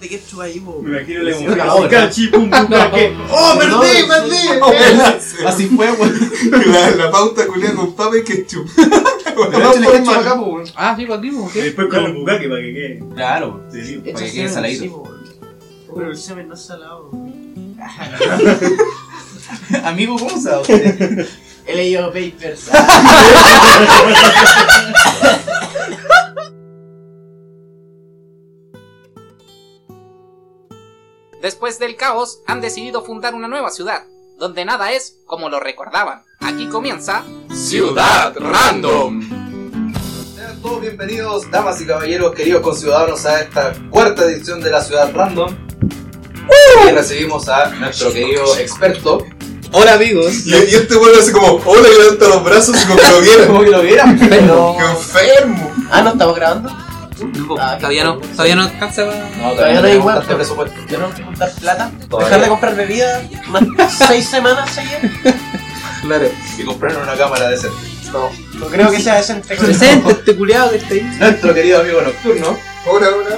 Te quecho ahí, po. Me imagino la Sí, emoción. una así, hora. cachi, pum, pum, caque. ¡Oh, No, perdí, sí. perdí! Oh, perdí. Así fue, weón. La, la pauta culia con papa y ketchup. Pero échale ketchup acá, po, weón. Ah, sí, pues aquí, pues, Y ¿qué? Después con el bucaque para que quede. Claro. Sí, sí. Para que quede semen, saladito. sí, po, Oh, weón. Pero el semen no es salado. weón. Amigo, ¿cómo se da usted? He leído papers. Después del caos, han decidido fundar una nueva ciudad, donde nada es como lo recordaban. Aquí comienza Ciudad Random. Sean todos bienvenidos, damas y caballeros, queridos conciudadanos, a esta cuarta edición de la Ciudad Random. Y recibimos a nuestro querido experto. Hola, amigos. Y, y este vuelve así como, hola, y levanta los brazos como que lo vieron. Como que lo vieran. ¡Qué enfermo! Ah, no estamos grabando. Ah, Todavía no, todavía no alcanza. No, Todavía todavía no no hay hay huevo. bastante presupuesto. Quiero juntar plata. Todavía. Dejar de comprar bebida. Unas seis semanas ayer. Claro. Y compraron una cámara decente. No, no creo que sea decente. Presente este culiado que está ahí. Nuestro querido amigo Nocturno. Hola, hola.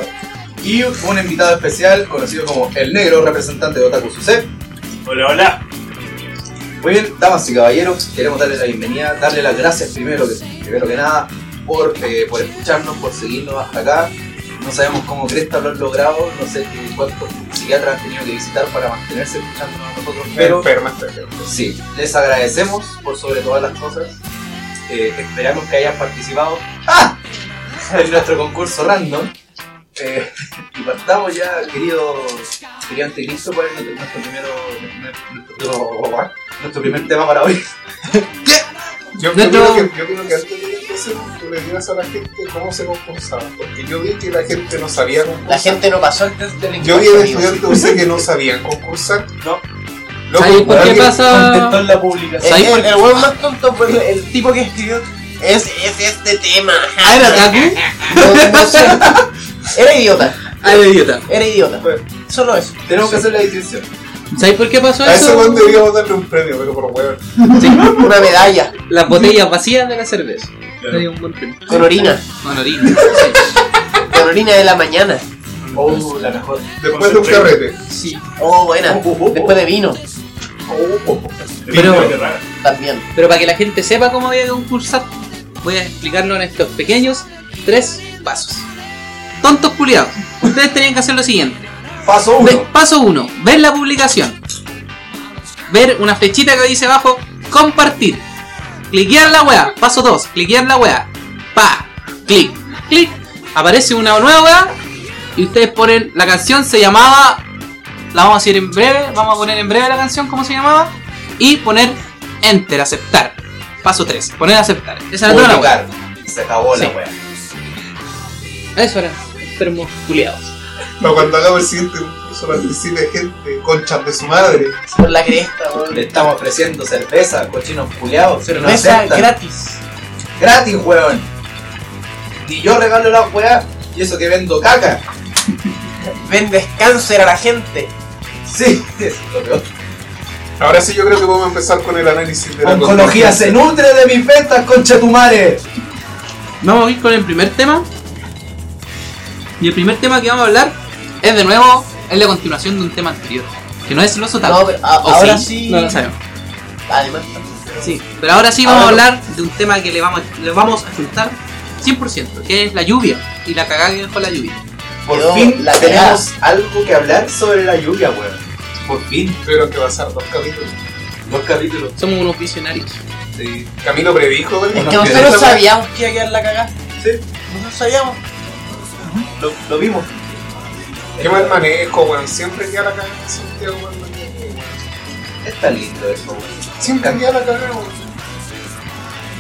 Y un invitado especial conocido como El Negro, representante de Otaku Susep. Hola, hola. Muy bien, damas y caballeros, queremos darles la bienvenida, darle las gracias primero que, primero que nada por, eh, por escucharnos, por seguirnos hasta acá. No sabemos cómo Cresta lo han logrado, no sé qué- cuántos psiquiatras han tenido que visitar para mantenerse escuchándonos a nosotros, pero Enferma, enferma. sí, les agradecemos por sobre todas las cosas. Eh, esperamos que hayan participado ¡Ah! en nuestro concurso random. Eh, y partamos ya, querido, querido anticristo, ¿cuál es nuestro, primero, nuestro- nuestro primer tema para hoy? Yo, yo Neto. creo que, yo creo que antes de que empecemos, tú le digas a la gente cómo se concursaba. Porque yo vi que la gente no sabía concursar. La gente no pasó el test del Yo vi inglés, en amigos. estudiante sé que no sabían concursar. No. Loco, ¿Sabes por qué alguien- pasa? en la publicación. El, ¿Sabes por el, el huevo más tonto fue el- el tipo que escribió. Es, es este tema. Ah, era Taku. No- no sé. Era idiota. Ah, era idiota. Era idiota. Solo eso. Tenemos que hacer la distinción. ¿Sabes por qué pasó A ese weón eso? deberíamos darle un premio, pero por hueón. Sí, Una medalla Las botellas vacías de la cerveza. Claro. Sería un buen premio. con orina. Con orina, sí. Con orina de la mañana. Oh, la mejor. Después de un carrete. Sí. Oh, buena. Después de vino Pero- también. Pero para que la gente sepa cómo voy a concursar, voy a explicarlo en estos pequeños tres pasos. Tontos culiados, ustedes tenían que hacer lo siguiente. Paso Ve- 1. paso 1. Ver la publicación. Ver una flechita que dice abajo, compartir. Cliquear la weá. Paso 2. Cliquear la weá. Pa. Clic. Clic. Aparece una nueva weá. Y ustedes ponen la canción, se llamaba... La vamos a decir en breve. Vamos a poner en breve la canción, cómo se llamaba. Y poner enter, aceptar. Paso 3. Poner aceptar. Esa era toda la weá. Publicar. Se acabó la Sí. wea. Eso era. Enfermos culiados. Para cuando hagamos el siguiente concurso para decirle gente, conchas de su madre. Con la cresta, weón. Le estamos ofreciendo cerveza, cochinos culiados. pero no Cerveza aceptan. gratis. gratis, weón. Y yo regalo la weá y eso que vendo caca. Vendes cáncer a la gente. Sí, es lo peor. Ahora sí yo creo que podemos empezar con el análisis de la Oncología se nutre de mis ventas, concha tu madre. Vamos a ir con el primer tema. Y el primer tema que vamos a hablar es de nuevo, es la continuación de un tema anterior. Que no es los otakus. No, pero a- ¿O ahora sí. Ah, oh, No lo sabemos. Además, Sí. Pero ahora sí vamos Ahora a hablar de un tema que le vamos, le vamos a juntar 100%, que es la lluvia y la cagada que dejó la lluvia. Por Quedó fin la tenemos algo que hablar sobre la lluvia, weón. Por fin, Tuvieron que pasar dos capítulos. dos capítulos. Somos unos visionarios. Sí. Camilo predijo, es ¿verdad? que quedó nosotros esa weá. sabíamos que iba a quedar la cagada. Sí. Nosotros sabíamos. Lo, lo vimos. Qué mal manejo, weón. Siempre queda la cagada en Santiago, weón. Está lindo eso, weón. Siempre queda la cagada, weón.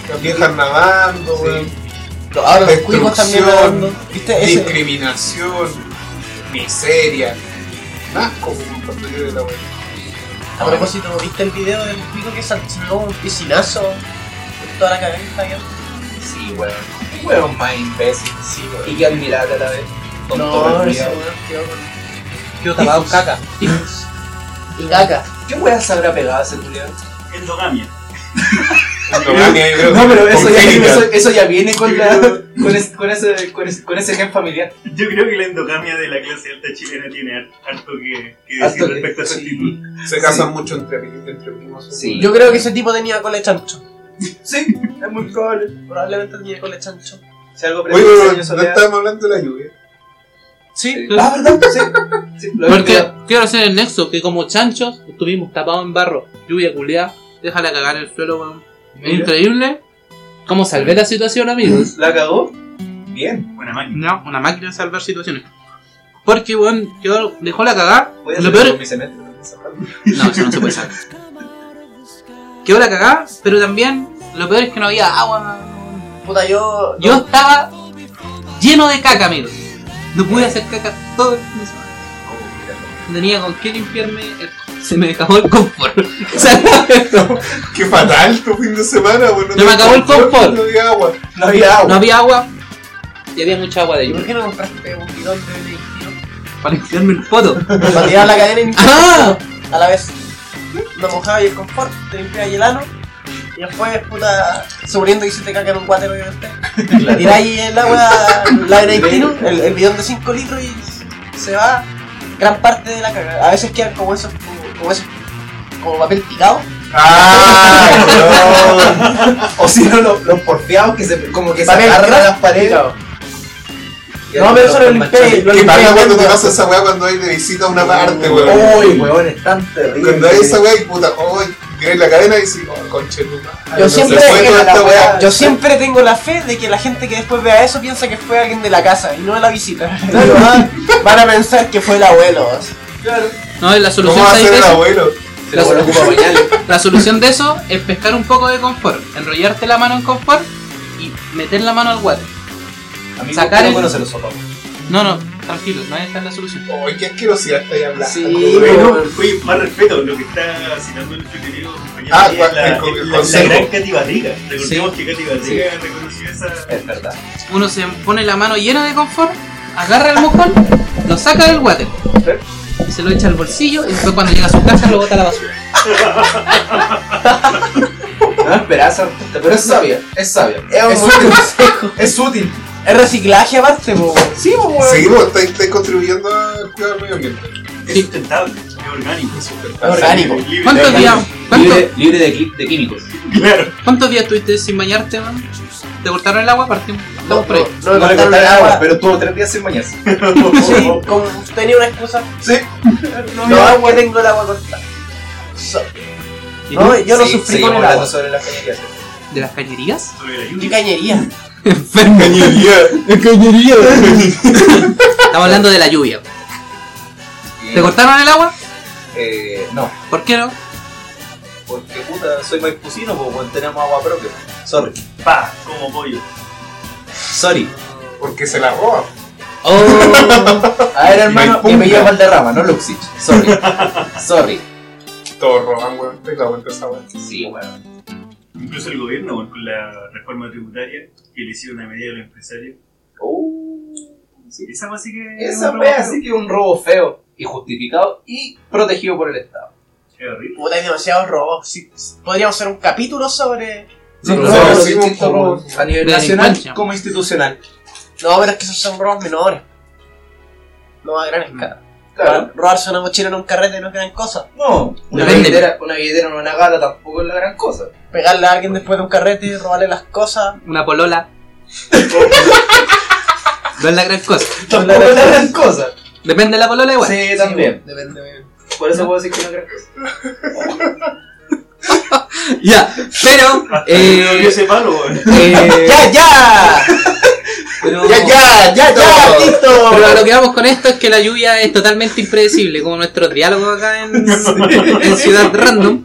Las viejas nadando, Sí. weón. Lo- Ahora los cuicos también Destrucción. nadando. ¿Viste? Ese- Discriminación. Miseria. Nasco, weón. Cuando yo de la weón. A propósito, ¿viste el video del cuico que sal- saltó un piscinazo? Con Toda la cagada que está quedando. Sí, weón. Qué Weón más imbécil. Sí, Y qué admirable a la vez. Tonto No, ese resfriado. weón quedó con. Yo tapado caca. Y caca. ¿Qué weón se habrá pegado ese culiado? Endogamia. Togami, yo creo. No, pero eso Con ya, química. eso, eso ya viene con, la, con, es- con ese, con, ese, con ese gen familiar. Yo creo que la endogamia de la clase alta chilena tiene har- harto que, que Harto decir que- respecto a su sí. actitud. Se casan mucho entre, entre primos. Sí. Yo creo que ese tipo tenía cole chancho. Sí, es muy probable. Probablemente tenía cole chancho. Si algo Oye, aprendí pero ese año no soleado- estábamos hablando de la lluvia. Sí. Eh, Ah, verdad, sí. sí, lo había Porque olvidado. quiero hacer el nexo, que como chanchos estuvimos tapados en barro, lluvia culeada, déjala cagar el suelo, weón. Es Mira, increíble cómo salvé la situación, amigos. La cagó. Bien. Buena máquina. No, una máquina de salvar situaciones. Porque, weón, yo dejó la cagar. Voy a Lo hacer peor con mi semestre, no pienso hablar. No, eso no se puede saber. Quedó la cagada, pero también lo peor es que no había agua. Puta, yo. Yo estaba lleno de caca, amigos. No pude hacer caca todo el fin de semana. No tenía con qué limpiarme. el- Se me acabó el confort. O sea, Qué fatal tu fin de semana, bueno. Se me acabó el confort. No había agua. No había no agua. había agua y había mucha agua de ¿Y por lluvia. qué no compraste un bidón de líquido? Para limpiarme el poto. Para tirar la cadena y ¡Ah! a la vez. Lo mojaba y el confort, te limpiaba y el ano. Y después, puta, suponiendo que hiciste caca en un guatero, obviamente. Le tiráis el agua, la de tiro, el, el bidón de 5 litros y se va gran parte de la caca. A veces quedan como esos, como, como esos, como papel picado. Ah, O si no, lo- los porfeados que se, como que se Papel agarran a las craft paredes. picado. Y No, pero eso lo los limpié, no. lo ¿Qué limpié. pasa cuando te viendo- pasa esa weá cuando hay de visita a una parte, weón? Uy, weón, es tan terrible. Cuando hay esa weá y puta, hoy tiráis la cadena y decís, oh, conche tu madre, Ah, Yo no siempre- se puede que con la esta weá- weá. Yo siempre tengo la fe de que la gente que después vea eso piensa que fue alguien de la casa y no de la visita. Van- Van a pensar que fue el abuelo. así. No, y la ¿Cómo solución va a de ser el eso. abuelo? Se lo vuelve a ocupar pañales. La solución de eso es pescar un poco de confort, enrollarte la mano en confort y meter la mano al water. Amigo, Sacar el- ¿cómo no se lo sopa? No, no, tranquilo, no esa es la solución. Oye, Oh, qué asquerosidad estáis hablando. Sí, weón. Pero, oye, más respeto, lo que está citando nuestro querido compañero Ah, es cuál- la, el co- el es la- la consejo. gran Katy Barriga. Recordemos que Katy Barriga reconoció esa. Es verdad. Uno se pone la mano llena de confort, agarra el mojón, lo saca del water, y se lo echa al bolsillo y después cuando llega a su casa lo bota a la basura. No esperaba esa respuesta, pero es sabia, es sabia. Es, un buen consejo. Es útil. Es reciclaje aparte, po. weón. Sí, po, weón. Seguimos, estáis estáis contribuyendo al cuidado del medio ambiente. Es Sí. sustentable, es orgánico. orgánico. Libre. ¿Cuántos días, cuánto- Libre, libre de, qui- de químicos. Claro. cuántos días estuviste sin bañarte, man? ¿Te cortaron el agua? Partimos. No, Vamos por ahí. no le No le cortaron cortaron el agua, agua. pero estuvo tres días sin bañarse. Sí, como tenía una excusa. Sí. No, agua, tengo el agua cortada. So- no, yo no Sí, sufrí seguimos con el hablando agua. sobre las cañerías. ¿De las cañerías? Sobre la Qué lluvia. cañería. Enfermo. Cañería. Cañería. Estamos hablando de la lluvia. ¿Te cortaron el agua? Eh, no, ¿Por qué no? porque puta, soy maipusino, pues bueno, tenemos agua propia. Sorry, Pa, como pollo. sorry. Porque se la roban. A ver, hermano, Y y me Maipunga. llevo Valderrama, no Luxich. Sorry, sorry. Todos roban, weón. Te cago en esa weá. Sí, bueno. Incluso el gobierno, bueno, con la reforma tributaria, que le hicieron una medida a los empresarios. Uh, sí. Esa fue así que. Esa no, fue no, así que un robo feo, injustificado y protegido por el Estado. Qué horrible. Puta, hay demasiados robos. Sí, podríamos hacer un capítulo sobre. Sí, Los pero robos, sí, los sí, distintos sí, robos a nivel de nacional delincuencia. como institucional. No, pero es que esos son robos menores. No a gran escala. Claro. Robarse una mochila en un carrete no es gran cosa. Ah, No, una Depende. billetera, una billetera en una gala tampoco es la gran cosa. Pegarle a alguien después de un carrete, robarle las cosas. Una polola. no es la gran cosa. Tampoco es la gran cosa. Depende de la polola igual. Sí, también. Depende bien. Por eso puedo decir que es una gran cosa. Ya, pero. Hasta que me dolió Eh, ese palo, weón. eh, ¡Ya, ya! pero, ¡Ya, ya! ¡Ya, ya! No. ¡Listo! pero a lo que vamos con esto es que la lluvia es totalmente impredecible, como nuestros diálogos acá en, en Ciudad Random.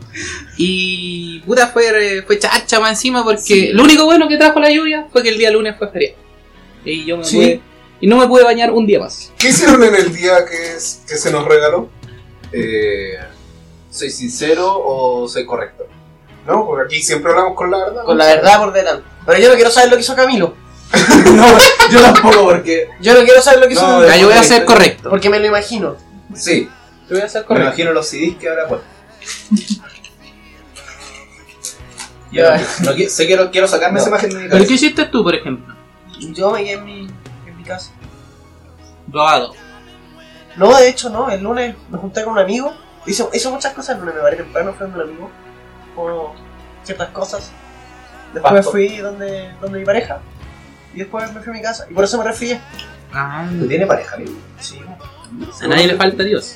Y puta fue, fue chacha más encima porque lo único bueno que trajo la lluvia fue que el día lunes fue feriado. Y yo me Sí. pude- Y no me pude bañar un día más. ¿Qué hicieron en el día que, es- que se nos regaló? Eh, ¿Soy sincero o soy correcto? No, porque aquí siempre hablamos con la verdad. Con la verdad por delante. Pero yo no quiero saber lo que hizo Camilo. no, yo tampoco porque... Yo no quiero saber lo que hizo No, Camilo. Ya, yo voy a ser correcto. Porque me lo imagino. Sí, Yo voy a ser me correcto. imagino los CDs que ahora pues. Yo no qui- sé que no- quiero sacarme No. esa imagen de mi ¿Pero cabeza. qué hiciste tú, por ejemplo? Yo me quedé en mi, en mi casa. Robado. No, de hecho, no. El lunes me junté con un amigo. Hizo, hizo muchas cosas el lunes. Me paré temprano, fue con un amigo. Por ciertas cosas. Después Pasto. fui donde, donde mi pareja. Y después me fui a mi casa. Y por eso me resfrié. Ah, ¿Tú tienes pareja, amigo? Sí. a nadie le falta Dios.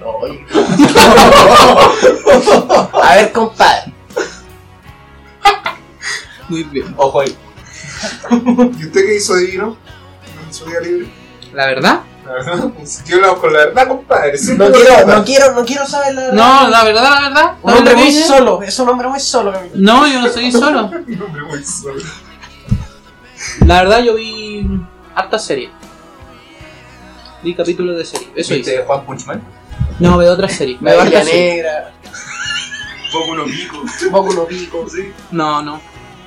No, oye. a ver, compadre. Muy bien. Ojo ahí. ¿Y usted qué hizo divino? En su día libre. ¿La verdad? La verdad, pues, yo hablamos con la verdad, compadre. Siempre No con la quiero, verdad. no quiero, no quiero saber la verdad. No, la verdad, la verdad. Un ¿Sabes lo hombre que muy hice? solo. Es un hombre muy solo. Camilo. No, yo no soy solo. Un hombre muy solo. La verdad, yo vi harta serie. Vi capítulos de serie. Eso ¿Viste hice. Juan Punchman? No, veo otra serie. La Veo Biblia harta serie. negra, Poco no pico. Boku no Pico. Sí. No, no.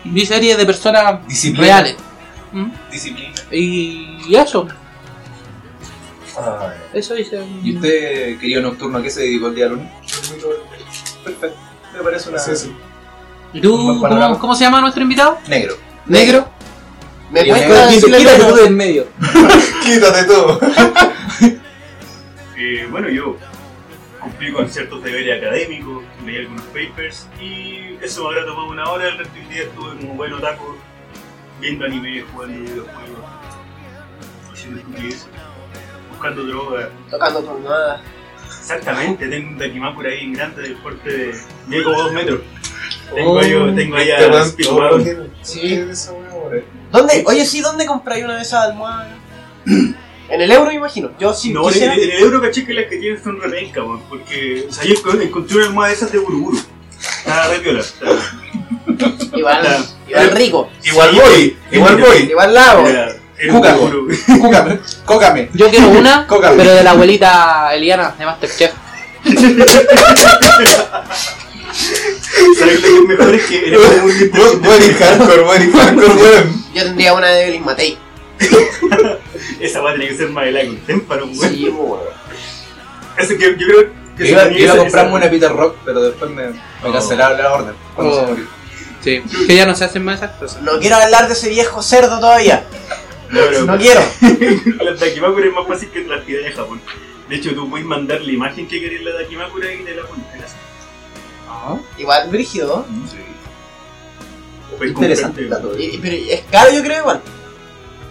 Vi series de personas Disciplina. reales. ¿Mm? Disciplina. Y y eso. Ay. Eso hice. ¿Y usted, querido nocturno, a qué se dedicó el día lunes? Muy bueno. Perfecto. Me parece una... Así es. ¿Y tú, Un buen ¿cómo, panorama. cómo se llama nuestro invitado? Negro. Negro. Me Y cuesta negro. decirle Quítate tú negro. de en medio. Quítate todo. Eh, bueno, yo cumplí con ciertos deberes académicos, leí algunos papers y eso me habrá tomado una hora. El resto del día estuve como buen otaku, viendo anime, jugando videojuegos, haciendo estupideces, buscando droga. Tocando con nada. Exactamente, tengo un Dakimakura ahí en grande del porte de. Mide como dos metros. Tengo Oh, ahí, tengo ahí Este a weón Speed todo lo Wagon. tiene. Todo Sí. tiene esa weá, weón. ¿Dónde? Oye, sí, ¿dónde compráis una de esas almohadas? en el euro, me imagino. Yo sí No, eh, en quisiera. el, en el euro caché que las que tienen son repenca, weón, porque o sea, yo encontré- encontré una almohada de esas de Buruburu. Estaba re piola. estaba- Igual, igual rico. Igual Sí, voy. sí, Igual mira. voy. Igual lavo. Era, era Cuca. un Buruburu. Cócame. Cócame. Yo quiero una, Cócame. pero de la abuelita Eliana de Masterchef. ¿Sabes lo que es mejor? Es que era como un diente Voy voy a ir hardcore, voy a ir hardcore, weón. Yo tendría una de Evelyn Matei. Esa va a tener que ser más helada con témpano, weón. Sí, weón. Eso que yo creo que Iba, tenía iba a esa- comprarme esa- una Peter Rock, pero después me, me Oh. cancelaron la orden. Cuando se Oh. murió. Sí. Que ya no se hacen más esas cosas. No quiero hablar de ese viejo cerdo todavía. No, pero- No pues, eh. quiero. La Takimakura es más fácil que la actividad de Japón. De hecho, tú puedes mandar la imagen que querés la Takimakura y te la pones. te la hacen. Igual, brígido. Puedes Interesante comprarte- el dato. Y- y- pero es caro, yo creo, igual.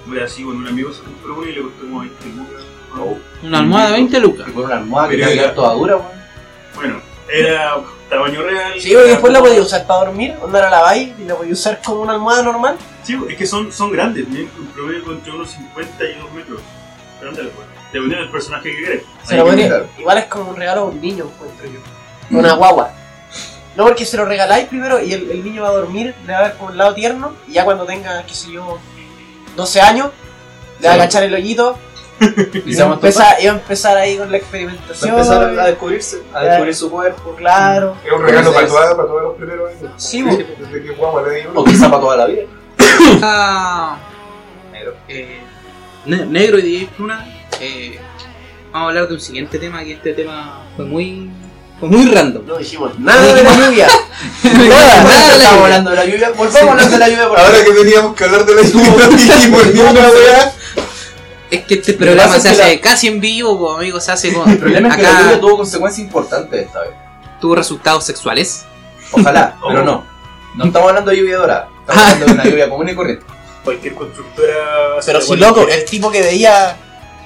Mira, sí, bueno, un amigo se compró uno y le costó como 20 lucas. Oh. Una almohada de 20 lucas. Y Con una almohada que Pero tiene que ya- dar toda dura, weón. Bueno, era tamaño real. Sí, porque después la podía usar para dormir. Onda la laváis y la podía usar como una almohada normal. Sí, es que son, son grandes. Tienen un promedio entre unos 50 y 2 metros. Pero ándale, pues. Depende del personaje que crees. Se lo Ahí, podría- claro. Igual es como un regalo a un niño, encuentro yo. Una guagua. No, porque se lo regaláis primero y el, el niño va a dormir, le va a dar como un lado tierno, y ya cuando tenga, qué sé yo, 12 años, le va a Sí. agachar el hoyito, y, Y se va a llama empezar, y va a empezar ahí con la Va a experimentación. empezar a- a descubrirse, a Ya. descubrir su cuerpo. pues, Claro. Es un regalo Sí. para toda- para todos los primeros años. Sí, pues. bo. Desde que guagua le di uno. O quizá para toda la vida. Ah, Negro. eh, ne- negro y DJ Pluna. eh, vamos a hablar de un siguiente tema, que este tema fue muy, fue muy random. No dijimos nada de la lluvia. Nada, nada, Estamos nada. hablando de la lluvia. Volvamos a hablar de la lluvia. por favor. Ahora que teníamos que hablar de la lluvia, no dijimos ni una weá. Es que este Lo que pasa programa se es que hace casi en vivo, po, amigo, se hace con... El problema es que la Acá lluvia tuvo consecuencias importantes esta vez. tuvo resultados sexuales. Ojalá, Oh. pero no. No estamos hablando de lluvia dorada. Estamos Ah. hablando de una lluvia común y corriente. Cualquier constructora. hace Pero la si cual- loco, el tipo que veía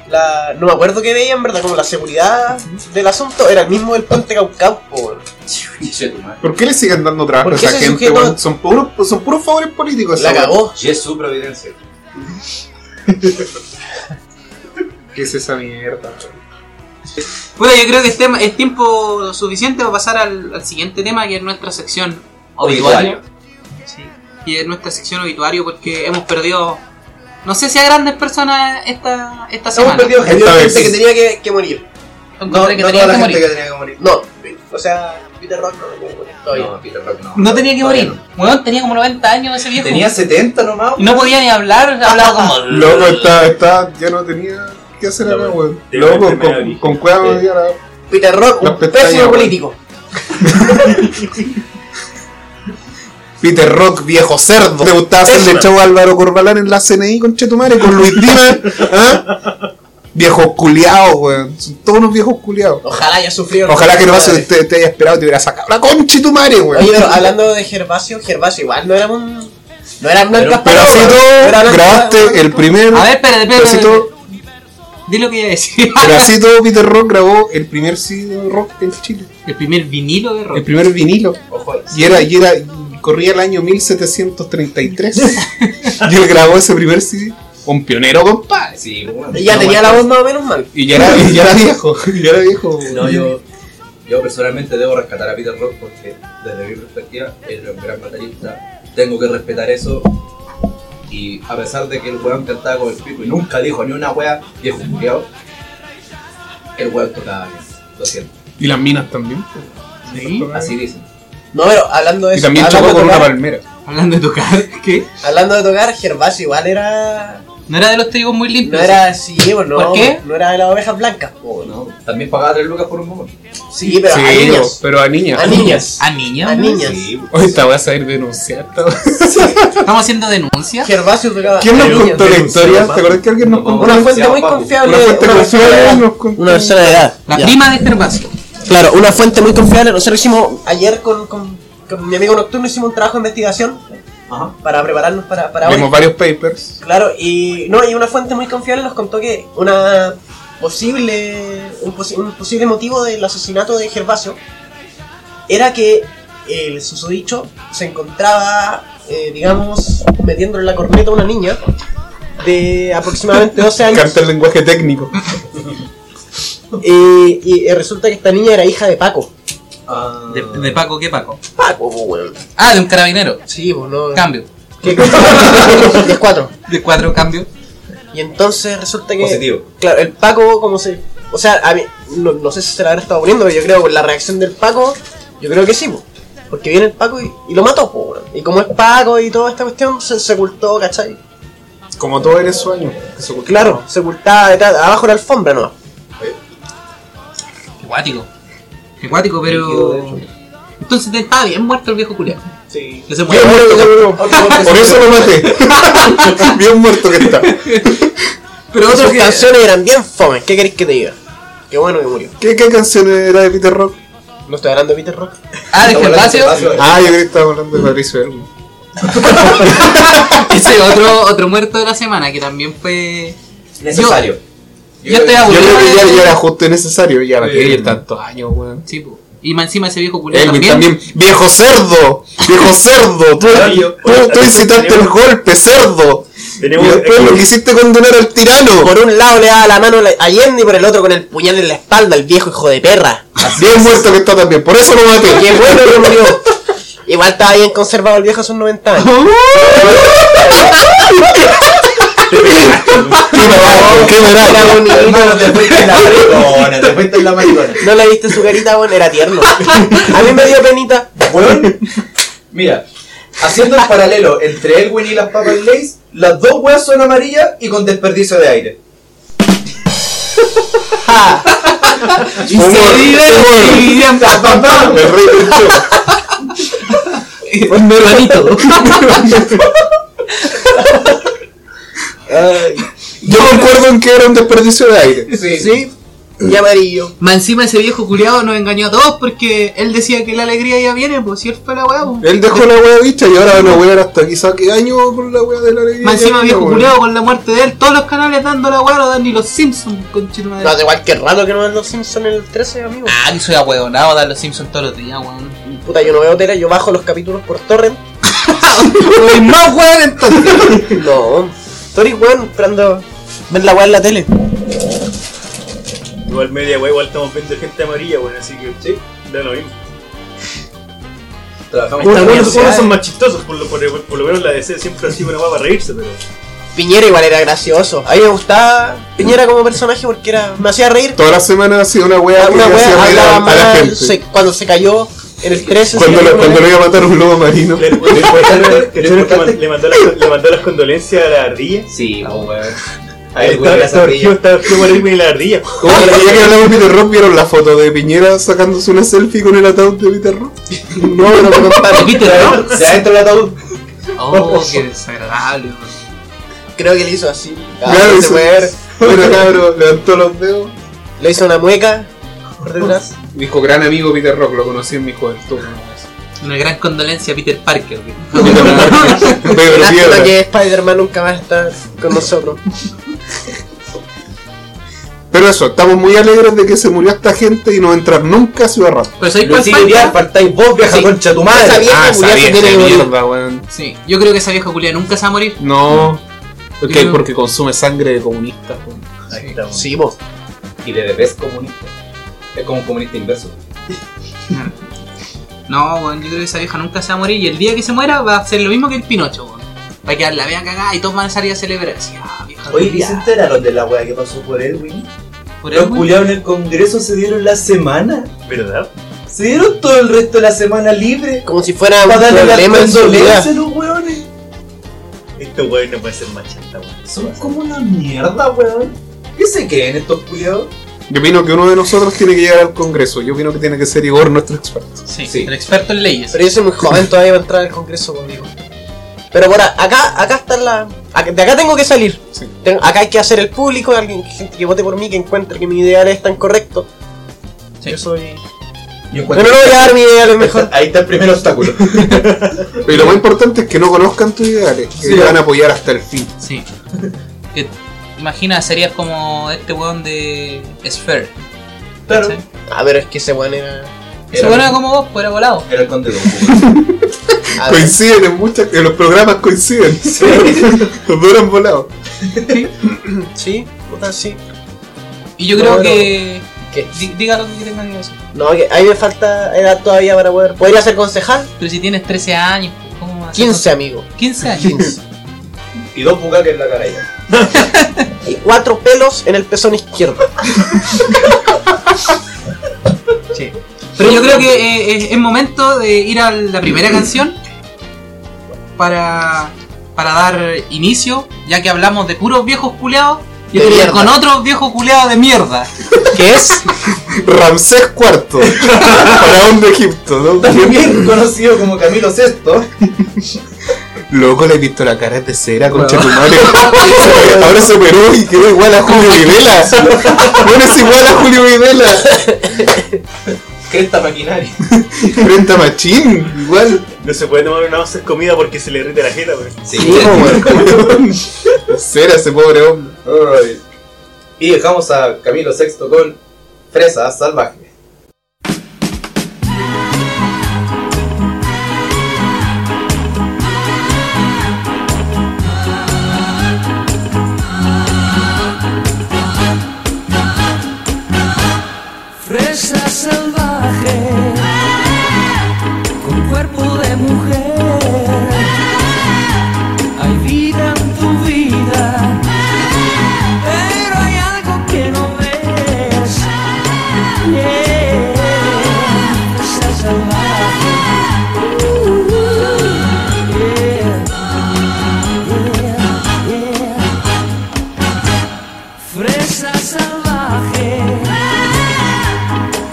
la. No me acuerdo que veía, en verdad, como la seguridad del asunto era el mismo del puente Caucaupo. Che, tu madre. ¿Por qué le siguen dando trabajo ¿Por qué ese sujeto- weón? Son puros, son puros favores políticos. La esa weá. cagó. Jesús Providencia. ¿Qué es esa mierda? Bueno, yo creo que es, tema- es tiempo suficiente para pasar al, al siguiente tema, que es nuestra sección obituario. Obituario. Sí. Y es nuestra sección obituario porque hemos perdido, no sé si a grandes personas esta, esta Hemos semana. perdido gente, Esta vez. gente que tenía que, que morir. Encontré que no toda tenía que la morir. gente que tenía que morir. No, o sea, Peter Rock no tenía que morir todavía. No, Peter Rock no. No tenía que Todavía morir. Weón, tenía como 90 años ese viejo. Tenía 70 nomás. Y no podía ni hablar, hablaba como. Loco, está, está, ya no tenía que hacer No, acá, weón. te- Loco, te- con, con cueva me te- dio la- Peter Rock, Las un pestañas, pésimo weón. político. Peter Rock, viejo cerdo. Le gustaba hacerle el chavo a Álvaro Corbalán en la CNI con Chetumare, con Luis Dima. ¿ah? Viejos culiados, weón. Son todos unos viejos culiados. Ojalá haya sufrido. Ojalá que no este, Madre. te, te, te haya esperado y te hubiera sacado la concha de tu madre, weón. Oye, pero hablando de Gervasio, Gervasio igual no era un. No era blancas Pero palomas, así no era todo, blancas grabaste palomas. el primero. A ver, espérate, espérate. Pero así espérate. Ah, todo, Di lo que iba a decir. pero así todo, Peter Rock grabó el primer CD de rock en Chile. El primer vinilo de rock. El primer vinilo. Ojo, Y era, y era, y corría el año 1733. y él grabó ese primer CD. Un pionero, compadre. sí, Y ya tenía la voz más o menos mal. Y ya era, y ya era viejo. y ya era viejo. No, yo, yo personalmente debo rescatar a Peter Rock porque desde mi perspectiva él es un gran baterista. Tengo que respetar eso. Y a pesar de que el weón cantaba con el pico y nunca dijo ni una wea, viejo culiao, el weón tocaba bien. Lo siento. Y las minas también. Así dicen. No, pero hablando de Y eso. también hablando, chocó de con una tocar, palmera. Hablando de tocar, ¿qué? hablando de tocar, Gervasio igual era. No era de los trigos muy limpios. No era así, pues, no. ¿Por qué? No era de las ovejas blancas, po, ¿no? Oh, ¿no? También pagaba tres lucas por un momento. Sí, pero sí, a niñas. pero a niñas. A niñas. ¿A niñas? A niñas. Hoy te voy a salir denunciada. ¿Estamos haciendo denuncias? Gervasio tocaba. ¿Quién nos a niñas. contó la historia? ¿Te acuerdas que alguien nos No, contó? Una fuente Denunciado, muy papu. confiable. Una fuente confiable nos contó. Una persona de edad. La Ya. prima de este Gervasio. Claro, una fuente muy confiable. Nosotros hicimos ayer con, con, con mi amigo Nocturno hicimos un trabajo de investigación Ajá. para prepararnos para, para hoy. Vimos varios papers. Claro, y no, y una fuente muy confiable nos contó que una posible un, posi- un posible motivo del asesinato de Gervasio era que el susodicho se encontraba, eh, digamos, metiéndole la corneta a una niña de aproximadamente 12 años. Canta el lenguaje técnico. Eh, y eh, resulta que esta niña era hija de Paco. Ah, ¿De, de Paco qué Paco? Paco, pues, weón. Ah, de un carabinero. Sí, pues no. Cambio. ¿Qué cosa? Es cuatro. De cuatro cambios. Y entonces resulta que. Positivo. Claro, el Paco, como se. O sea, a mí. No, no sé si se la habrá estado poniendo, pero yo creo que la reacción del Paco. Yo creo que sí, po. Porque viene el Paco y, y lo mató, po, weón. Y como es Paco y toda esta cuestión, se, se ocultó, ¿cachai? Como todo eres sueño. Eso- Claro, se ocultaba detrás, abajo de la alfombra, ¿no? Qué Cuático. Qué Cuático, pero. Entonces estaba bien muerto el viejo culiao. Sí. Que se Bien muere. muerto, cabrón. Por eso lo maté. Bien muerto que está. Pero Sus otro que. canciones eran bien fome, ¿qué queréis que te diga? Qué bueno que murió. ¿Qué, ¿Qué canción era de Peter Rock? No estoy hablando de Peter Rock. Ah, de Gervasio. Ah, yo creo que estaba hablando de Patricio Elwin. Ese otro, otro muerto de la semana que también fue. Necesario. Yo, yo estoy Yo aburrido. creo que de- ya, ya era justo y necesario. Ya la Sí. tiene tantos años, weón. Sí, po. Y más encima ese viejo culiao Elwin también. también. ¡Viejo cerdo! ¡Viejo cerdo! Tú, Claro. tú, tú incitaste el golpe, cerdo. Y Tenemos después lo quisiste condenar al tirano. Por un lado le daba la mano a la- a Allende y por el otro con el puñal en la espalda, el viejo hijo de perra. Bien muerto que está también. Por eso lo maté. Qué bueno que murió. Igual estaba bien conservado el viejo a sus 90 años. ¡Qué barato, ¡Qué Era barato! bonito. Hermano, te fuiste en la maricona, te fuiste en la maricona. No le viste su carita, bueno, era tierno. A mí me dio penita. Weón, mira, haciendo el paralelo entre Elwin y las papas Lays, las dos weas son amarillas y con desperdicio de aire. Y se divertían, papá. Me reí mucho. Yo concuerdo en que era un desperdicio de aire. Sí. Y amarillo. Más encima ese viejo culiado nos engañó a todos porque él decía que la alegría ya viene, pues si él fue la weá. pues. Él dejó la wea vista y ahora van a wear hasta quizá qué año con la wea de la alegría. Más encima que viejo había, culiado con la muerte de él, todos los canales dando la weá, no dan ni los Simpsons, conchito No, madre. hace cualquier rato que no ven los Simpsons en el 13, amigo. Ah, que soy ahueonado dar los Simpsons todos los días, weón. Puta, yo no veo tele, yo bajo los capítulos por torrent. Soy más weón entonces. No. Tori, weón, esperando ver la weá en la tele. igual media, wey, igual estamos viendo gente amarilla, weón, así que sí, da lo mismo. Trabajamos Puta, Unos bueno, sí, con la unos- unos sociedad. son más chistosos, por lo, por, por lo menos la DC siempre ha sido una wea para reírse, pero. Piñera igual era gracioso. A mí me gustaba Piñera como personaje porque era me hacía reír. Toda la semana ha sido una wea que Una le weá hacía reír hablaba a, a la mal gente. se- cuando se cayó en el 13. Cuando, se lo, cayó cuando lo iba a matar un lobo marino. Le, le- le- le- le- le- le- le- le mandó las, le mandó las condolencias a la ardilla. Sí, po, weón. Ahí el weón Estaba de la estaba sombrilla. urgido, estaba urgido por irme y la ardilla. Como el día que hablamos de Peter Rock, ¿vieron la foto de Piñera sacándose una selfie con el ataúd de Peter Rock? No, no, no, ¿De Peter Rock? De adentro del ataúd. Oh, qué desagradable. weón. Creo que le hizo así. Claro, Cabrón, hizo- se puede ver. Bueno, cabrón, levantó los dedos. Le hizo una mueca por detrás. Dijo, gran amigo Peter Rock, lo conocí en mi juventud. Una gran condolencia a Peter Parker. weón. Pedro Lástima Piedra. que Spider-Man nunca va a estar con nosotros. Pero eso, estamos muy alegres de que se murió esta gente y no va a entrar nunca a Ciudad Rato. Pero ¿sabéis cuál Luisito Vial, falta? faltáis vos, vieja Sí. concha de tu madre. Esa Ah, vieja culiá se tiene que morir. weón. Sí, yo creo que esa vieja culia nunca se va a morir. No. Porque, Yo- porque consume sangre de comunista. weón. Ahí estamos. Sí, vos. Y le debes comunista. Es como un comunista inverso. No, weón, yo creo que esa vieja nunca se va a morir y el día que se muera va a ser lo mismo que el Pinocho, weón. Va a quedar la vea cagada y todos van a salir a celebrar. Así, ah, vieja Oye, ¿y culia. se enteraron de la weá que pasó por él, güey? Por Los eso, weón. culiados en el Congreso se dieron la semana. ¿Verdad? Se dieron todo el resto de la semana libre. Como si fuera un Para darle la problema en su vida. condolencia a los weones. Estos weones no pueden ser machista, weón. Son como una mierda, weón. ¿Qué se creen estos culiados? Yo opino que uno de nosotros tiene que llegar al Congreso. Yo opino que tiene que ser Igor nuestro experto. Sí, Sí. el experto en leyes. Pero yo soy muy joven, todavía va a entrar al congreso conmigo. Pero por a- acá, acá está la. acá- de acá tengo que salir. Sí. Ten- acá hay que hacer el público, alguien, gente que vote por mí, que encuentre que mis ideales están correctos. Sí. Yo soy. Yo Bueno, no voy a dar mi ideal es mejor. Ahí está el primer obstáculo. Y lo más importante es que no conozcan tus ideales, que Sí. te van a apoyar hasta el fin. Sí. Que- imagina, serías como este weón de Sphere. Claro. ¿cachai? Ah, pero es que ese weón era. Se Era, bueno como vos, pues era volado. era el conde Don a ver, Coinciden en muchas. En los programas coinciden. los duran volados. Sí, puta, sí. Y yo No, creo pero- que. ¿Qué? Di- diga lo que tengan que decir. No, que ahí me falta edad todavía para poder. ¿Podría ser concejal? Pero si tienes 13 años, pues, ¿cómo vas a ser 15, amigo. con- 15 años. Y dos bucaques en la caralla. Y cuatro pelos en el pezón izquierdo. Pero yo creo que eh, es, es momento de ir a la primera canción para, para dar inicio, ya que hablamos de puros viejos culeados. Yo De quería mierda. ir con otro viejo culeado de mierda, que es Ramsés IV, faraón de Egipto. ¿no? También conocido como Camilo VI. Loco, le he visto la cara de cera, concha tu madre. Ahora se operó y quedó igual a Julio Videla. Bueno, es igual a Julio Videla. Cresta maquinaria. Frente a Machín, igual. No se puede tomar una once comida porque se le irrita la jeta, weón. Sí. Cera, ese pobre hombre. Alright. Y dejamos a Camilo VI con Fresa Salvaje. Fresa salvaje, con cuerpo de mujer. Hay vida en tu vida, pero hay algo que no ves. Yeah, fresa salvaje. Uh, yeah, yeah, yeah. Fresa salvaje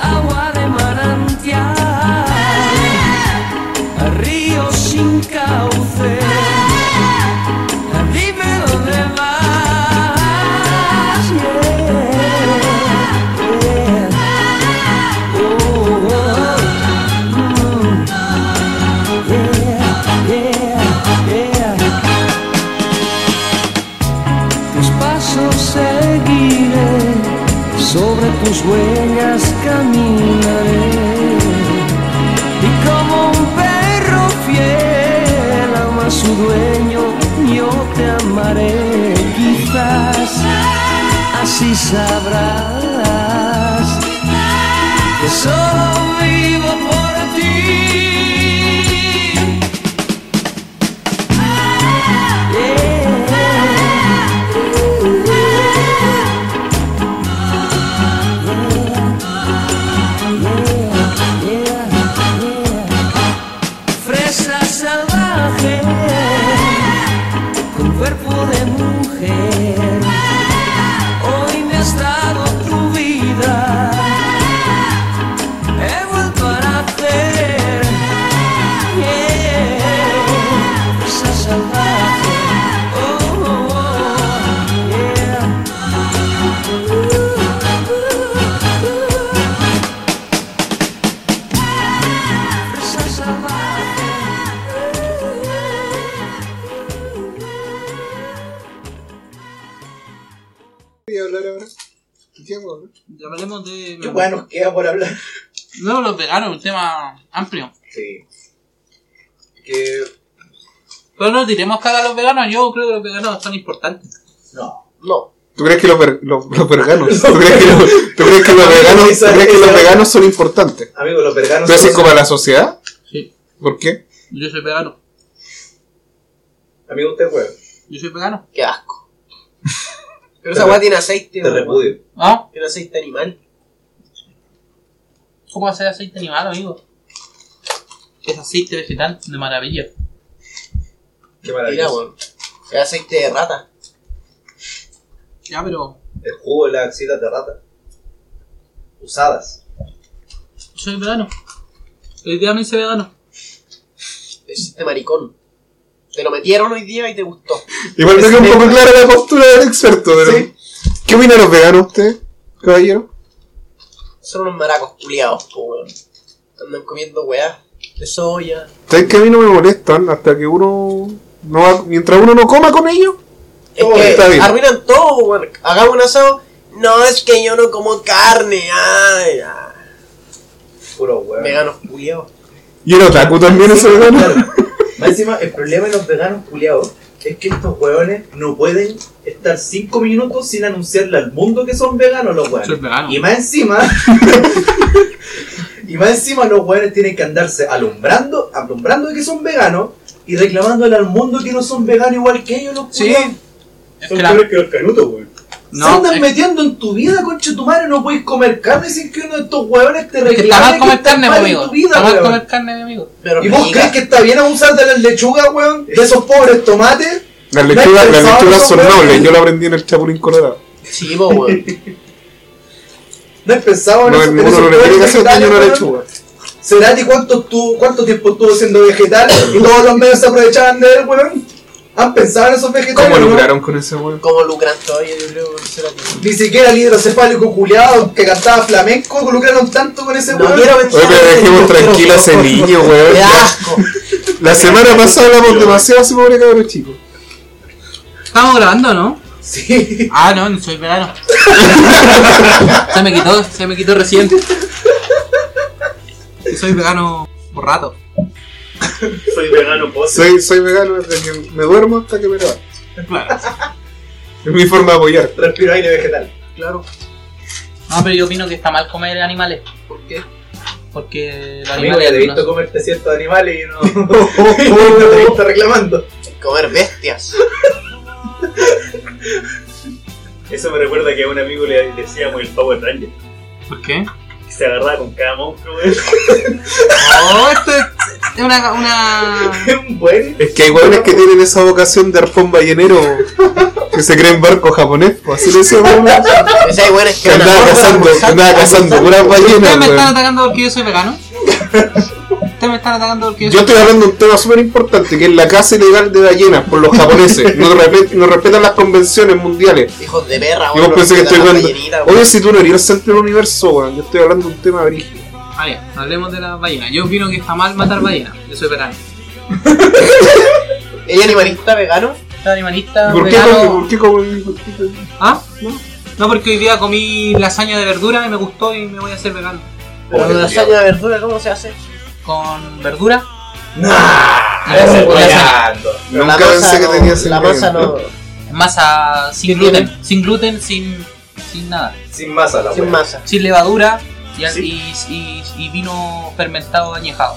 agua de manantial, a ríos sin cauce, dime dónde vas. Yeah, yeah. Oh, oh, mm. Yeah, yeah, yeah. Tus pasos seguiré sobre tus huellas caminaré y como un perro fiel ama a su dueño yo te amaré quizás así sabrás que solo vivo por ti Yeah. Fresa salvaje, con cuerpo de mujer. has dado tu vida. He vuelto a nacer. Yeah. Esa salvaje. Oh, oh, oh, yeah. Esa oh, salvaje. Voy a hablar ahora. ¿De ¿Qué vamos a hablar? Hablaremos de. ¿Qué weá nos queda por hablar? No, los veganos, un tema amplio. Sí. Que. Pero no diremos cara a los veganos, yo creo que los veganos son importantes. No. ¿Tú crees que los, ver- los- los veganos? ¿Tú crees que, los- tú crees que los veganos? ¿Tú crees que los veganos son importantes? Amigos, los verganos. ¿Tú decís como a la sociedad? Sí. ¿Por qué? Yo soy vegano. Amigo, usted es weón. Yo soy vegano. Qué asco. Pero esa weá tiene aceite, Te weón. repudio. ¿Ah? Tiene aceite animal. ¿Cómo hacer aceite animal, amigo? Es aceite vegetal de maravilla. Qué Mira, maravilla. weón. Es aceite de rata. Ya, pero. El jugo de las axilas de rata. Usadas. Soy vegano. Hoy día me hice vegano. Existe maricón. Te lo metieron hoy día y te gustó. Igual me queda un poco clara la postura del experto, pero. ¿Qué opinan los veganos usted, caballero? Son unos maracos culiados, po, weón. Andan comiendo weá de soya. ¿Sabes que a mí no me molestan hasta que uno. No va- mientras uno no coma con ellos? Es Todo que Oh, está bien. arruinan todo, weón. Hagamos un asado. No, es que yo no como carne. Ay, ay. Puro weón. Veganos culiados. Y el otaku también es vegano. Claro. Más encima, el problema de los veganos culiados es que estos hueones no pueden estar 5 minutos sin anunciarle al mundo que son veganos los Soy hueones. vegano. Y más encima. y más encima, los hueones tienen que andarse alumbrando, alumbrando de que son veganos y reclamándole al mundo que no son veganos igual que ellos los Sí. culiados. Es Son que la- peores que los canutos, weón. Se No, eh. andan es, metiendo en tu vida, concha tu madre, no puedes comer carne sin que uno de estos hueones te reclame es que está mal comer estás carne, mi mal en amigo. tu vida, Está mal hueón. comer carne, mi amigo. Pero ¿Y vos rica. crees que está bien abusar de las lechugas, weón? De esos pobres tomates. Las lechugas, las pensado lechugas eso, son weón? nobles, yo lo aprendí en el Chapulín Colorado. Sí, po, weón. No he pensado No, en eso. uno no le tiene que hacer daño a una lechuga. Cerati, ¿cuánto, tú, ¿cuánto tiempo estuvo siendo vegetal? Y todos los medios se aprovechaban de él, weón. ¿Han pensado en esos vegetales? ¿Cómo no? lograron con ese weón? Como lucran todavía, yo creo, weón. será que- Ni siquiera el hidrocefálico culiado que cantaba flamenco lucraron tanto con ese No weón. quiero pensar. Oye, pero dejemos tranquilo a ese niño, Me weón. da asco. La semana pasada hablamos demasiado de ese pobre cabrón chico. Estamos grabando, ¿no? Sí. Ah, no, no soy vegano. se me quitó, se me quitó recién. Soy vegano por rato. Soy vegano pose. Soy, soy vegano desde que me duermo hasta que me levanto. Es mi forma de apoyar. Respiro aire vegetal. Claro. No, pero yo opino que está mal comer animales. ¿Por qué? Porque los Amigo, ya animales te he visto no- comerte ciertos animales y no, y no te he Oh. visto reclamando. Comer bestias. Eso me recuerda que a un amigo le decíamos el Power Ranger. ¿Por qué? Que se agarraba con cada monstruo, weón. Oh, esto es es una, una... Es un buen. Es que hay weones que tienen esa vocación de arpón ballenero que se creen barco japonés, pues así le decía weón. Esa hay buenas que Que van a andaba Pornhub, cazando, que andaba cazando puras Ustedes me ballenas, están weón. atacando porque yo soy vegano. Ustedes me están atacando porque yo Yo soy estoy hablando de un tema súper importante, que es la caza ilegal de ballenas por los japoneses. No, respe- no respetan las convenciones mundiales. Hijos de perra, Y vos no pensás que Ah, respetan estoy la hablando... ballenita, weón. Oye, si tú no eres el centro del universo, weón. Yo estoy hablando de un tema brígido. Vale, hablemos de las ballenas. Yo opino que está mal matar ballenas. Yo soy vegano. ¿Es animalista vegano? Soy animalista, ¿Por qué, vegano... ¿Por qué comí- por qué comí- ¿Ah? No. No, porque hoy día comí lasaña de verdura y me gustó y me voy a hacer vegano. Pero Pobre la culiao. lasaña de verdura, ¿cómo se hace? Con verdura. Nah, Ese ese es weando. Pero Nunca la masa pensé que no- tenía ese La masa no. Masa sin ¿Qué gluten. Sin gluten, sin, sin nada. Sin masa la Sin wea. masa. Sin levadura y, al- Sí. y, y- y vino fermentado añejado.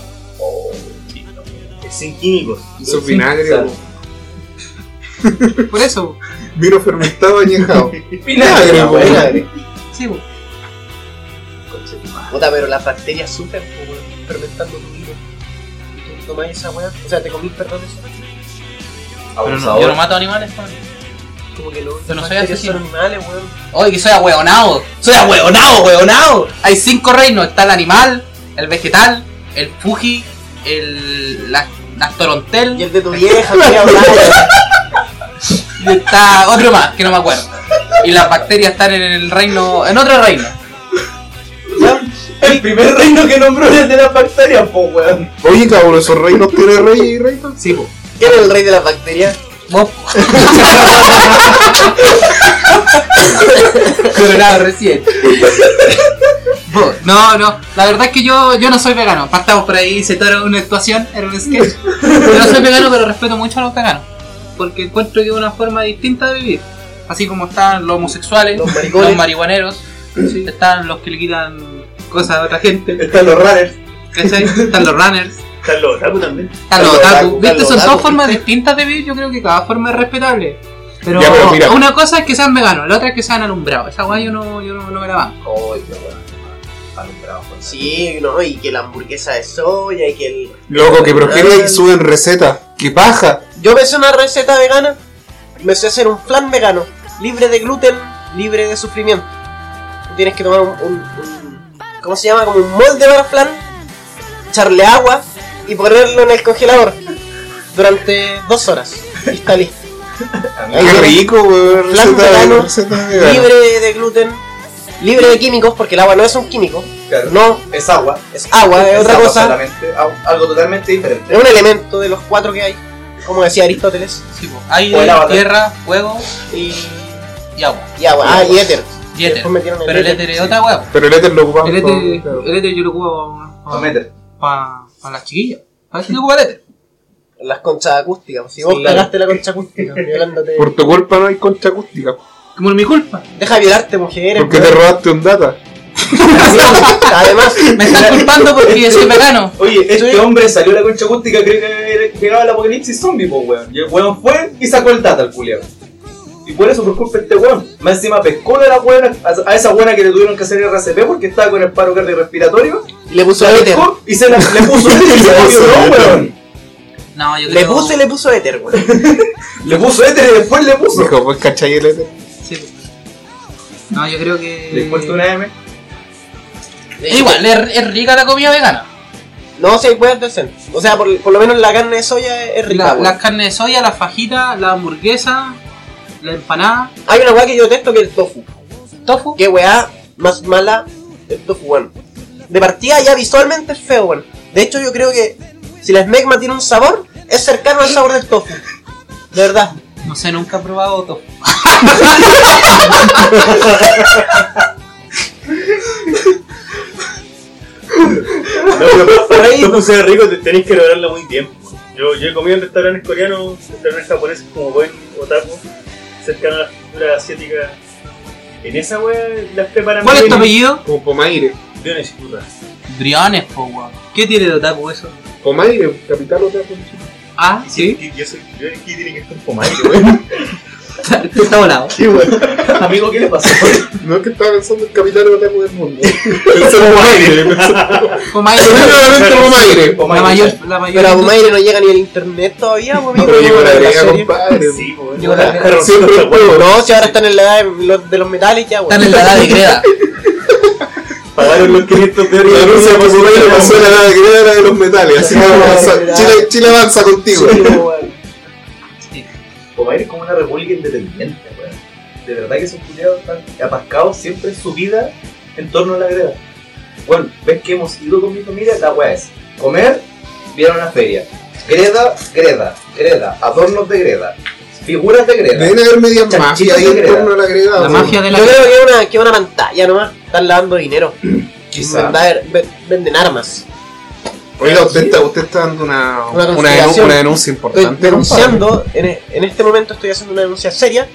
Sin químicos. Eso es vinagre, Sal. weón. Por eso, Vino fermentado añejado. Vinagre, Vinagre, weón. weón. sí, po. Puta, pero las bacterias sufren, pues, weón, fermentando tu vino. Y tú tomás esa weá, o sea, te comís, perdón, eso. pero no, Abusador. yo no mato animales. po. Como que los Pero no soy bacterias asesino. son animales, weón. Oye, que soy ahueonado. Soy ahueonado, hueonado. Hay cinco reinos. Está el animal, el vegetal, el fuji, el... la, la Y torontel. el de tu vieja, que habla. Y está otro más, que no me acuerdo. Y las bacterias están en el reino... En otro reino. El primer reino que nombró es el de las bacterias, po, weón. Oye, cabrón, esos reinos tiene rey y rey. Sí, po. ¿Quién es el rey de las bacterias? Vos. Coronado recién. Vos. No, no, la verdad es que yo, yo no soy vegano. Partamos por ahí, hice toda una actuación, era un sketch. Yo no soy vegano, pero respeto mucho a los veganos. Porque encuentro que es una forma distinta de vivir. Así como están los homosexuales, Los los, maricones. marihuaneros, están los que le quitan cosas a otra gente, Están los runners. ¿cachai? están los runners. Están los otaku también. Están los Están los otaku. otaku, ¿Viste? están Son los dos otaku, formas distintas de vivir. Yo creo que cada forma es respetable. Pero, Ya, pero mira. una cosa es que sean veganos, la otra es que sean alumbrados. Esa weá yo no, yo no, no me la banco. Oye, weón. Alumbrado, weón. Sí, no, y que la hamburguesa de soya y que el. Loco, que progenie y suben recetas. ¡Qué paja! Yo me sé una receta vegana, me sé hacer un flan vegano, libre de gluten, libre de sufrimiento. Tú tienes que tomar un, un- un- ¿cómo se llama? Como un molde para flan, echarle agua y ponerlo en el congelador durante dos horas. Y está listo. ¡Qué rico, weón! Flan vegano, Receta, receta vegana. Libre de gluten, libre de químicos, porque el agua no es un químico, Claro. no Es agua. es agua, es otra agua cosa, solamente, au- algo totalmente diferente. es un elemento de los cuatro que hay, como decía Aristóteles, Sí, po. Aire, Buena batalla. tierra, fuego y, y agua. y agua, ah, y éter. Y éter. Después metieron el Pero el éter, éter es sí. otra weá. po. Pero el éter lo ocupamos. El éter, como- el éter yo lo ocupo No meter. para las chiquillas. ¿Para qué yo ocupo el éter? Las conchas acústicas. Si vos Sí. cagaste la concha acústica, violándote. Por tu culpa no hay concha acústica. Como mi culpa. Deja de violarte, mujeres. Porque te weón. robaste un data. Además, Me están culpando porque soy vegano. Oye, este Sí. hombre salió de la concha acústica cree que era- llegaba el apocalipsis zombie, po, weón. Y el weón fue y sacó el data al culiao. Y por eso, por culpa de este weón. Más encima pescó a la buena, a, a esa buena que le tuvieron que hacer RCP porque estaba con el paro cardiorrespiratorio. le puso La éter. pescó y se la, le puso éter y se Le la puso violó, éter. weón. No, yo creo Le puso y le puso éter, weón. Le puso éter y después le puso. Dijo, pues cachai el éter. sí, po. No, yo creo que. Le puso una M. Es Eh, Igual, es, es rica la comida vegana. No, si hay weas decentes. O sea, por, por lo menos la carne de soya es es rica. La- weón. las carnes de soya, la fajita, la hamburguesa, la empanada, Hay una wea que yo detesto que es el tofu. tofu. Qué wea más mala el tofu, weón. De partida ya visualmente es feo, weón. De hecho, yo creo que si la smegma tiene un sabor, es cercano al sabor del tofu. De verdad. No sé, nunca he probado tofu. No, pero para ahí tú ser rico te tenés que lograrla muy bien. pues. Yo, yo he comido en restaurantes coreanos, restaurantes japoneses como buen otaku, cercano a la cultura asiática. En esa wea las preparan ¿Cuál es tu bien. apellido? Como pomaire. Dionis, puta. Briones, po, weón. ¿Qué tiene de otaku eso? Pomaire, capital otra Ah, sí. Y Yo soy Dionis, ¿qué tiene que estar pomaire, weón? Tú está volado. Qué bueno. Amigo, ¿qué le pasó? No es que estaba pensando en capital otra del mundo. Pensé en pomaire. Seguramente pomaire. La mayor, la mayor. Pero a Bumaire no llega ni el internet todavía, weón. Pero llegó la La griega, serie. compadre. Sí, weón. Yo la- Claro, Siempre no, el juego, ¿no? No, si ahora están en la edad de los, de los metales ya, Están weón. en la edad de greda. Pagaron los 500 de La pues, Rusia por pomaire pues, pasó la edad griega a la de los metales. Así que vamos a avanzar. Chile, Chile avanza contigo. Comair es como una república independiente, weón. De verdad que esos culiados están apascados siempre en su vida en torno a la greda. Bueno, ves que hemos ido con mi familia, la weá es comer, vieron una feria. Greda, greda, greda, adornos de greda, figuras de greda. Deben haber media mafia ahí en torno a la griega. La weón. mafia de la Yo creo que es una, que es una pantalla nomás. Están lavando dinero. Quizá. Verdad, ve- Venden armas. Oiga, usted está, usted está dando una, Una una, conspiración. denu- una denuncia Estoy importante. denunciando, en, e- en este momento estoy haciendo una denuncia seria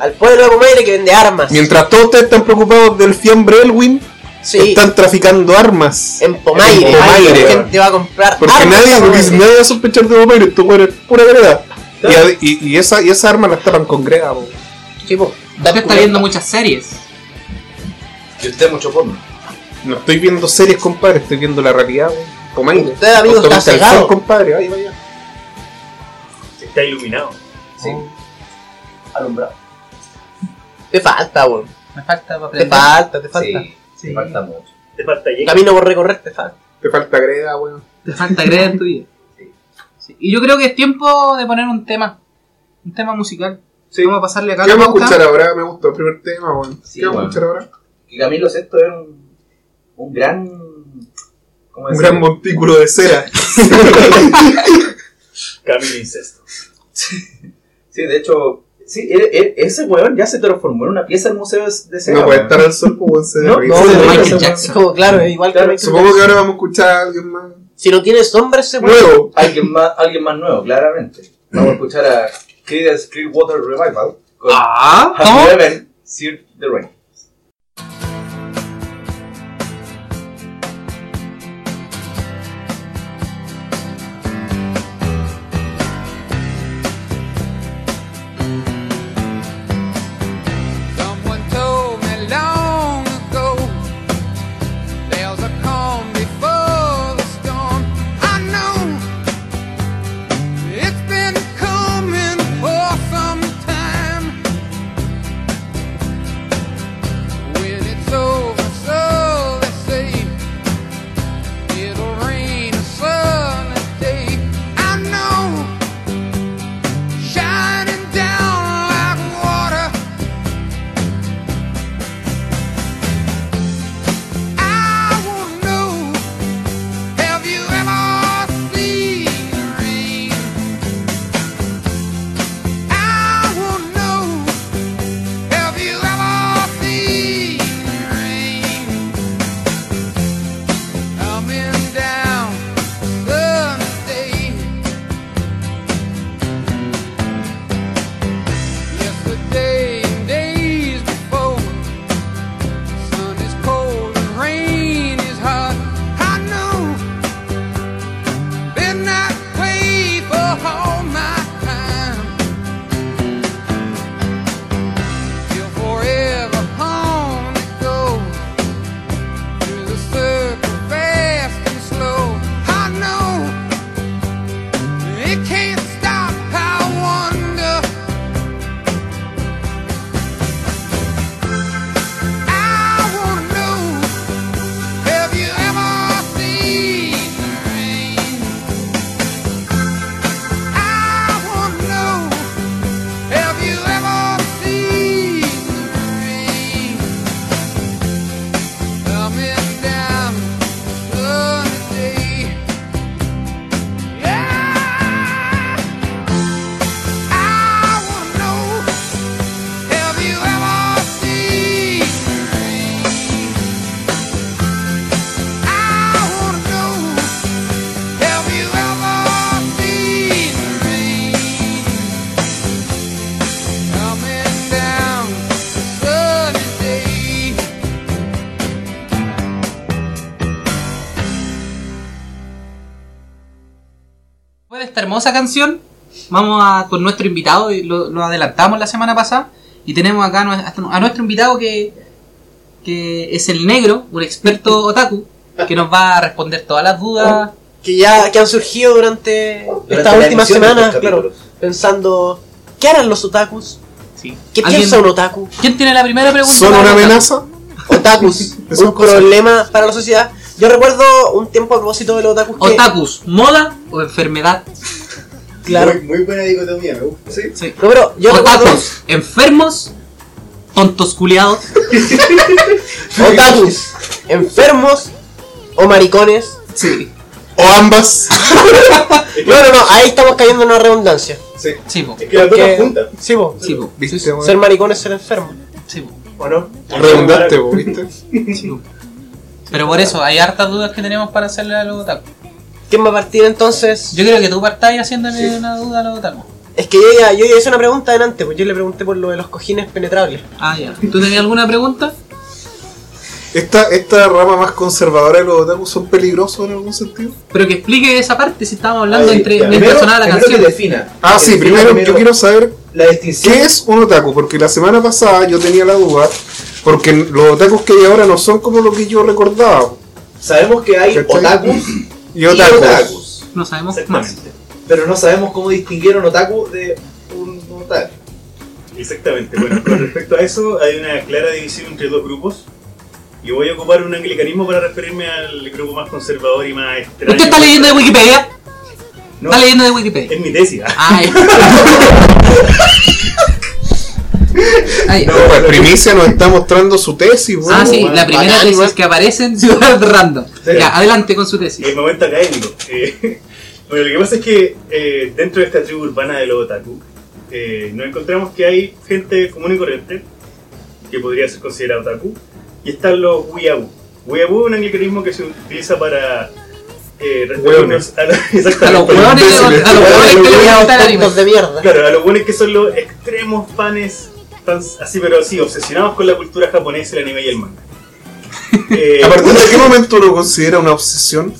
al pueblo de Bumaire que vende armas. Mientras todos ustedes están preocupados del fiambre Elwin, Sí, están traficando armas. en Pomaire. en Pomaire, Ay, la weón. gente va a comprar Porque armas. nadie, en porque Pomaire. nadie va a sospechar de Bomero, tú eres pura greda. Y, a- y, y esa, y esa arma la tapan con greda, po. Sí, po. Usted está viendo muchas series. Y usted mucho porno. No estoy viendo series, compadre, estoy viendo la realidad, po. Pomaire. Usted, amigo, está Automata al cegado. sol, compadre, ay, vaya. Está iluminado. Oh, Sí. Alumbrado. Te falta, weón. Me falta para Te aprender. falta, te falta. Sí, te falta mucho. Te falta El llegar. Camino por recorrer te falta. Te falta greda, weón. Te falta creer en tu vida. Sí. Sí. Y yo creo que es tiempo de poner un tema. Un tema musical. Sí. Vamos a pasarle acá. ¿Qué vamos a pauta. escuchar ahora? Me gustó el primer tema, weón. Sí, ¿Qué vamos a weón. escuchar ahora? Que Camilo Sesto es un, un gran. ¿Cómo Un decirlo? gran montículo de cera. Camino incesto. Sí, de hecho. Sí, él- él- ese weón ya se transformó en una pieza del museo de cera. No puede weón. estar al sol, pues weón, se No, derrite. no, Se de derrite. Michael Es Jackson. como, claro, es igual Claro, que Michael Supongo que Jackson. ahora vamos a escuchar a alguien más Si no tienes sombra, ese weón. nuevo. Alguien más, alguien más nuevo, claramente. Vamos a escuchar a Creedence Clearwater Revival con Ah, Happy ¿cómo? Heaven, Sir the Rain. Someone told me long ago there's a calm before the storm. I know it's been coming for some time. When it's over, so they say it'll rain a sunny day. I know shining down like water. I won't know. Have you ever seen rain? I won't know. Have you ever seen rain? Coming down Sunday. Yesterday and days before. Sun is cold and rain is hot. I know been that way for all my time. Till forever home it goes through the circle fast and slow. I know it can't stop. I wonder. I wanna know have you ever seen rain? I wanna know have you ever seen rain? Coming down Sunday, yeah. I wanna know. Have you ever seen rain? I wanna know. Have you ever seen rain? Coming down sunny day. Después de esta hermosa canción, vamos a, con nuestro invitado, y lo, lo adelantamos la semana pasada, y tenemos acá nue- hasta- a nuestro invitado que, que es el negro, un experto otaku, que nos va a responder todas las dudas. Que ya que han surgido durante, estas la últimas emisión de estos semanas, claro. capítulos. Pensando, ¿qué harán los otakus? Sí. ¿Qué ¿Alguien- piensa un otaku? ¿Quién tiene la primera pregunta? ¿Son para una el otaku? amenaza? Otakus, Es un una cosa. problema para la sociedad. Yo recuerdo un tiempo a propósito de los otakus que... ¿Otakus, moda o enfermedad? Claro. Muy, muy buena dicotomía, me gusta. Sí. No, pero yo recuerdo... ¿Otakus, enfermos? ¿Tontos culiados? Otakus, enfermos o maricones. Sí. ¿O ambas? No, no, no, ahí estamos cayendo en una redundancia. Sí, po. Es que las dos Porque- las juntas. Sí, po. Sí, po. ¿Viste, Ser weón? maricón es ser enfermo. Sí, po. ¿O no? Redundaste, po, ¿viste? Pero por eso, hay hartas dudas que tenemos para hacerle a los otakus. ¿Quién va a partir entonces? Yo creo que tú partáis haciéndole una duda a los otakus. Es que yo ya, yo ya hice una pregunta delante, pues yo le pregunté por lo de los cojines penetrables. Ah, ya. ¿Tú tenías alguna pregunta? Esta, esta rama más conservadora de los otakus son peligrosos en algún sentido. Pero que explique esa parte si estábamos hablando Ahí, entre ya. del personal a la primero canción. que defina. Ah, Que sí, defina primero yo quiero saber La distinción. qué es un otaku, porque la semana pasada yo tenía la duda, porque los otakus que hay ahora no son como lo que yo recordaba. Sabemos que hay ¿Cachai? otakus Y otakus. No sabemos más. Exactamente. pero no sabemos cómo distinguir un otaku de un otaku. Exactamente, bueno, con respecto a eso hay una clara división entre dos grupos. Y voy a ocupar un anglicanismo para referirme al grupo más conservador y más extraño. ¿Usted está leyendo de Wikipedia? No, Está leyendo de Wikipedia. es mi tesis. ah. Ay. Ay. No, pues primicia nos está mostrando su tesis, weón. Ah, sí, bueno, la primera bacán, tesis igual. que aparece en Ciudad Random. Ya, adelante con su Y el tesis. momento académico. Eh, bueno, lo que pasa es que eh, dentro de esta tribu urbana de los otaku, eh, nos encontramos que hay gente común y corriente, que podría ser considerada otaku, y están los weeaboo. Weeaboo es un anglicanismo que se utiliza para... Eh, referirnos a, los- A los exactamente, hueones a los- a los hueones que les gusta el anime. de mierda. Claro, a los buenos que son los extremos fans, fans así pero así, obsesionados con la cultura japonesa, el anime y el manga. Eh, ¿A partir de qué momento lo considera una obsesión?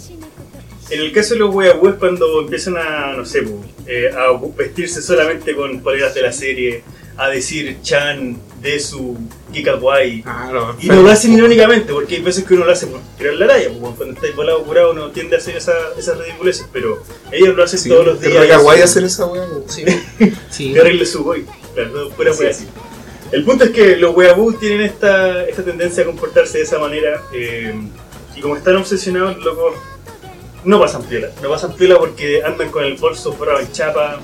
en el caso de los weaboo es cuando empiezan a, no sé, po, eh, a vestirse solamente con colegas de la serie, a decir chan, de su kikawai. Claro. Y no lo hacen irónicamente, porque hay veces que uno lo hace por tirar la raya, po, cuando estáis volado curado uno tiende a hacer esa, esas ridiculeces, pero ellos lo hacen Sí, todos los qué días. re kawaii Eso- hacer esa weá. weón. Sí. que arregle su boy. Claro, pura wea así. El punto es que los weaboo tienen esta, esta tendencia a comportarse de esa manera. eh, y como están obsesionados, locos, no pasan piola. No pasan piola porque andan con el bolso forrado en chapa.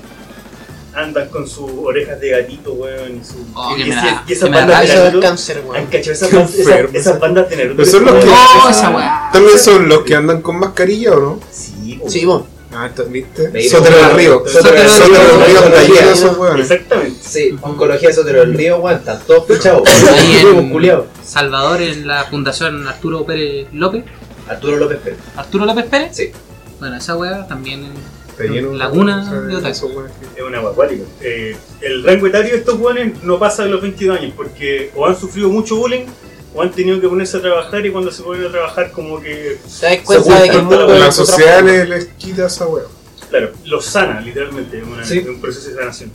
Andan con sus orejas de gatito, weón. Y, su, Oh, y, que me ese- da- y esas que me da bandas de Eso es Naruto. cáncer, ¿Han weón. cachado esas, ban- esas- enfermo. esas bandas de Naruto? Pero son los que- Oh, esa weón. weá. También son los que andan con mascarilla o no? Sí, Sí, vos. Ah, está- ¿viste? Me Sotero digo, del Río. Sotero del Sotero del Río. Río, Sotero del talleres esos weones. Exactamente. Sí, oncología de Sotero del Río, weón, están todos pichados. Ahí Grupo en culiao. Salvador, en la Fundación Arturo Pérez López. Arturo López Pérez. ¿Arturo López Pérez? Sí. Bueno, esa weá también. Está lleno de- Laguna o sea, de otaku. esos weones que- Es una acuática. Eh, el rango etario de estos guanes no pasa de los 22 años porque o han sufrido mucho bullying o han tenido que ponerse a trabajar y cuando se ponen a trabajar como que, ¿Te das cuenta de Pues que el mundo Pero La es otro- sociedad les, les quita esa weá. claro, los sana literalmente, es una- Sí. es un proceso de sanación.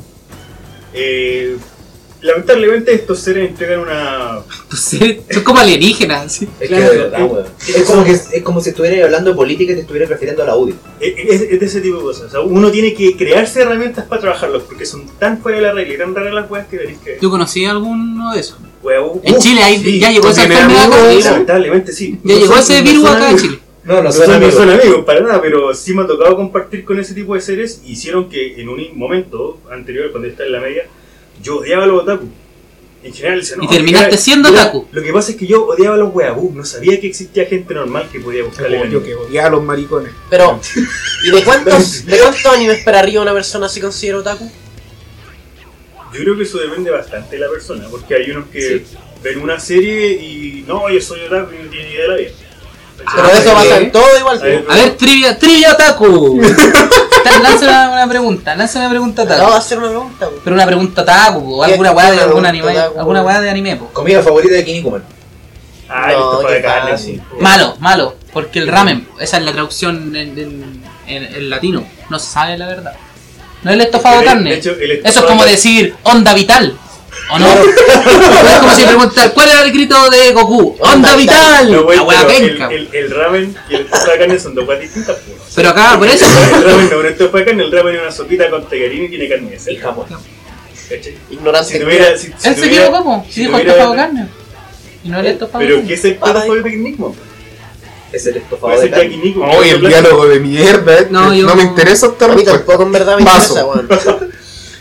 Eh, lamentablemente estos seres entregan una... Pues, sí, son como alienígenas. sí. Es Claro, que de verdad, eh, weón. Es como, que, es como si estuviera hablando de política y te estuviera refiriendo a la UDI. Es, e, es- es de ese tipo de cosas. O sea, uno tiene que crearse herramientas para trabajarlos porque son tan fuera de la regla y tan raras las weas que tenéis que... ¿Tú conocí alguno de esos? Huevo. En Uh, Chile hay- sí. ya llegó ¿Tú esa tienes enfermedad. amigos? acá. Sí, Lamentablemente sí. Ya No llegó son- ese no virus son acá en amigos. Chile. No, no No son son, no amigos. son amigos para nada, pero sí me ha tocado compartir con ese tipo de seres. Hicieron que en un momento anterior, cuando estaba en la media, yo odiaba a los otaku. En general, decía, no, Y terminaste mira, siendo mira, otaku. Lo que pasa es que yo odiaba a los weabú, no sabía que existía gente normal que podía buscarle Como el yo anime. que odiaba a los maricones. Pero, ¿y de cuántos, de cuántos animes para arriba una persona se considera otaku? Yo creo que eso depende bastante de la persona, porque hay unos que ven una serie y no, yo soy otaku y no tiene idea de la vida. Ah, Pero eso pasa en todo igual. Ah, Ahí- po. A ver, trivia, trivia otaku. Ta- Lánzame una pregunta, lánzame una pregunta Acabo de otaku. hacer una pregunta, po. Pero una pregunta otaku, o ¿Qué alguna weá de pregunta algún anime, otaku? alguna weá de anime, po. Comida favorita de Kinnikuman. Ay, No, esto es qué para carne, fácil. sí. Malo, malo, porque el ramen, po, esa es la traducción en, en- en- en latino, no se sabe la verdad. No es el estofado de De carne. hecho, el Eso es estofado como de- decir onda vital. ¿O no? es como si preguntar ¿cuál era el grito de Goku? ¡Onda vital! No, güey, la weá pero penca. el, po. el- el ramen y el estofado de carne son dos weas distintas. pues. Pero acá, por eso. El ramen no es un estofado de carne, el ramen es una sopita con tegarín y tiene carne de Y cerdo. jamón. ¿cachai? Si Ignorante. tuviera. Si, si Él se tuviera- equivocó, po. Si dijo tuviera- estofado de carne. Y no era estofado de Pero carne. ¿qué es el plato favorito de mismo? Es el estofado Puede de ser carne. yakiniku. Oye, el plato- diálogo de mierda, eh. No, No, yo- me interesa esta A mí respuesta. tampoco en verdad me Paso. interesa, weón.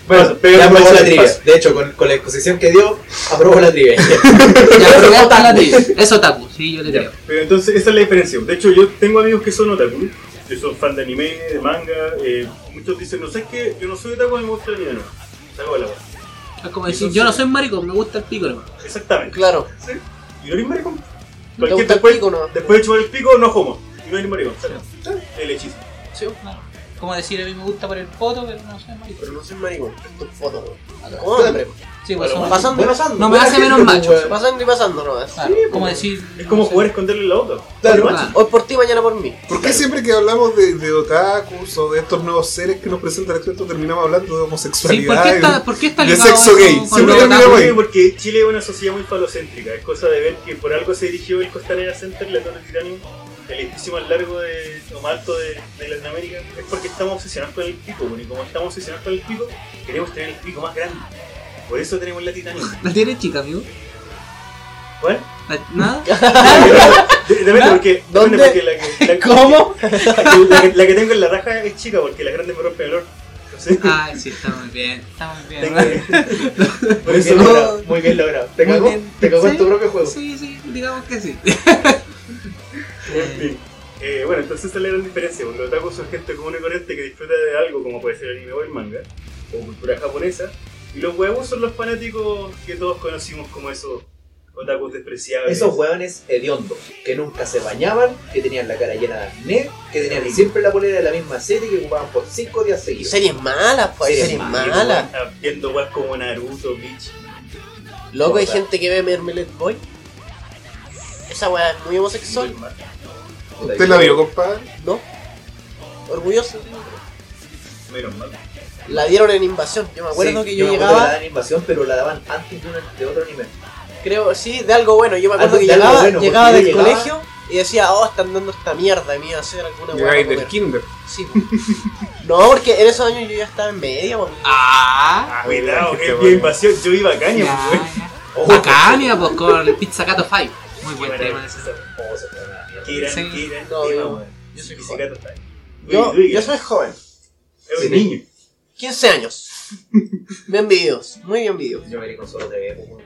Bueno, pero Ya el aprobó paso la del trivia. paso. De hecho, con, con la exposición que dio, aprobó la trivia. Ya, pero ya está la trivia. Es otaku, sí, yo le creo. Pero entonces, esa es la diferencia. De hecho, yo tengo amigos que son otaku. Que son fan de anime, de manga. eh, muchos dicen, no sé, es que yo no soy otaku, a mí me gusta el anime. No, Salgo de la wea. Es como decir, yo no soy maricón, me gusta el pico, hermano. Exactamente. Claro. Sí. Y no eres maricón. ¿Te Cualquier gusta el después, pico o no? después de chupar el pico, no como. Y no eres maricón. sale. El hechizo. Sí, no. Como decir, a mí me gusta por el poto, pero no soy maricón. Pero no soy maricón, es tu foto, weón. ¿Cómo no te Bueno, preocupes? Sí, pues son Pasando y pasando. No me hace menos macho. pues, Pasando y pasando nomás. Claro, como decir. Es como no sé. jugar a esconderle la boca. Claro. Macho. Ah. Hoy por ti, mañana por mí. ¿Por qué siempre que hablamos de, de otakus o de estos nuevos seres que nos presenta el experto terminamos hablando de Sí, ¿por homosexualidad? qué y- está, ¿por qué está de ligado sexo eso gay, con siempre los termina otaku? por ahí. Sí, porque Chile es una sociedad muy falocéntrica. Es cosa de ver que por algo se dirigió el Costanera Center, la Torre Titanium, el edificio más largo de, o más alto de, de Latinoamérica. Es porque estamos obsesionados con el pico, bueno, y como estamos obsesionados con el pico, queremos tener el pico más grande. Por eso tenemos la titanía. ¿La tienes chica, amigo? ¿Cuál? ¿La- ¿Nada? De- Depende porque, depende ¿Dónde? porque la que, la, ¿Cómo? La que, la que tengo en la raja es chica porque la grande me rompe el olor. Entonces, Ay, sí, está muy bien. Está muy bien. tengo ¿verdad? que- Por Muy eso bien no- logrado, muy bien logrado. Te Muy cagó, bien. te cagó Sí. en tu propio juego. Sí, sí, digamos que sí. En fin. Eh, bueno, entonces esa es la gran diferencia. porque Los otakus son gente común y corriente que disfruta de algo como puede ser anime o el manga, o cultura japonesa. Y los huevos son los fanáticos que todos conocimos como esos otakus despreciables. Esos hueones hediondos, que nunca se bañaban, que tenían la cara llena de acné, que tenían siempre la polera de la misma serie que ocupaban por 5 días seguidos. Series malas, pues, hay Series series Que malas. están ah, Viendo weas como Naruto, Bleach. Loco, hay Puta. gente que ve Mermelet Boy. Esa weá es muy homosexual. ¿Usted la vio, compadre? No. Orgulloso. Menos mal. La dieron en invasión. Yo me acuerdo Sí, que yo, me acuerdo de llegaba, la animación, pero la daban antes de, una- de otro anime. creo, sí, de algo bueno. Yo me acuerdo Algo- que de algo llegaba, bueno, porque llegaba yo del llegaba- colegio y decía, oh, están dando esta mierda y me iba a hacer alguna weá. para Llegáis del comer. kinder. Sí. No, porque en esos años yo ya estaba en media, po. Ah, Cuidado, qué que bueno. invasión. Yo iba a caña, ya, weón. ya. Bacania, pues con el Pizza Gato 5. Muy buen Bueno, tema ese. Oh, se fue a la mierda. Que eran, Sí. que eran No, tema, yo- weón. yo soy Ese joven. gato está ahí. Yo, Uy, uy, yo soy joven. Es Sí. un niño. 15 años. Bien vividos, muy bien vividos. Yo me vi con solo TV. po, weón.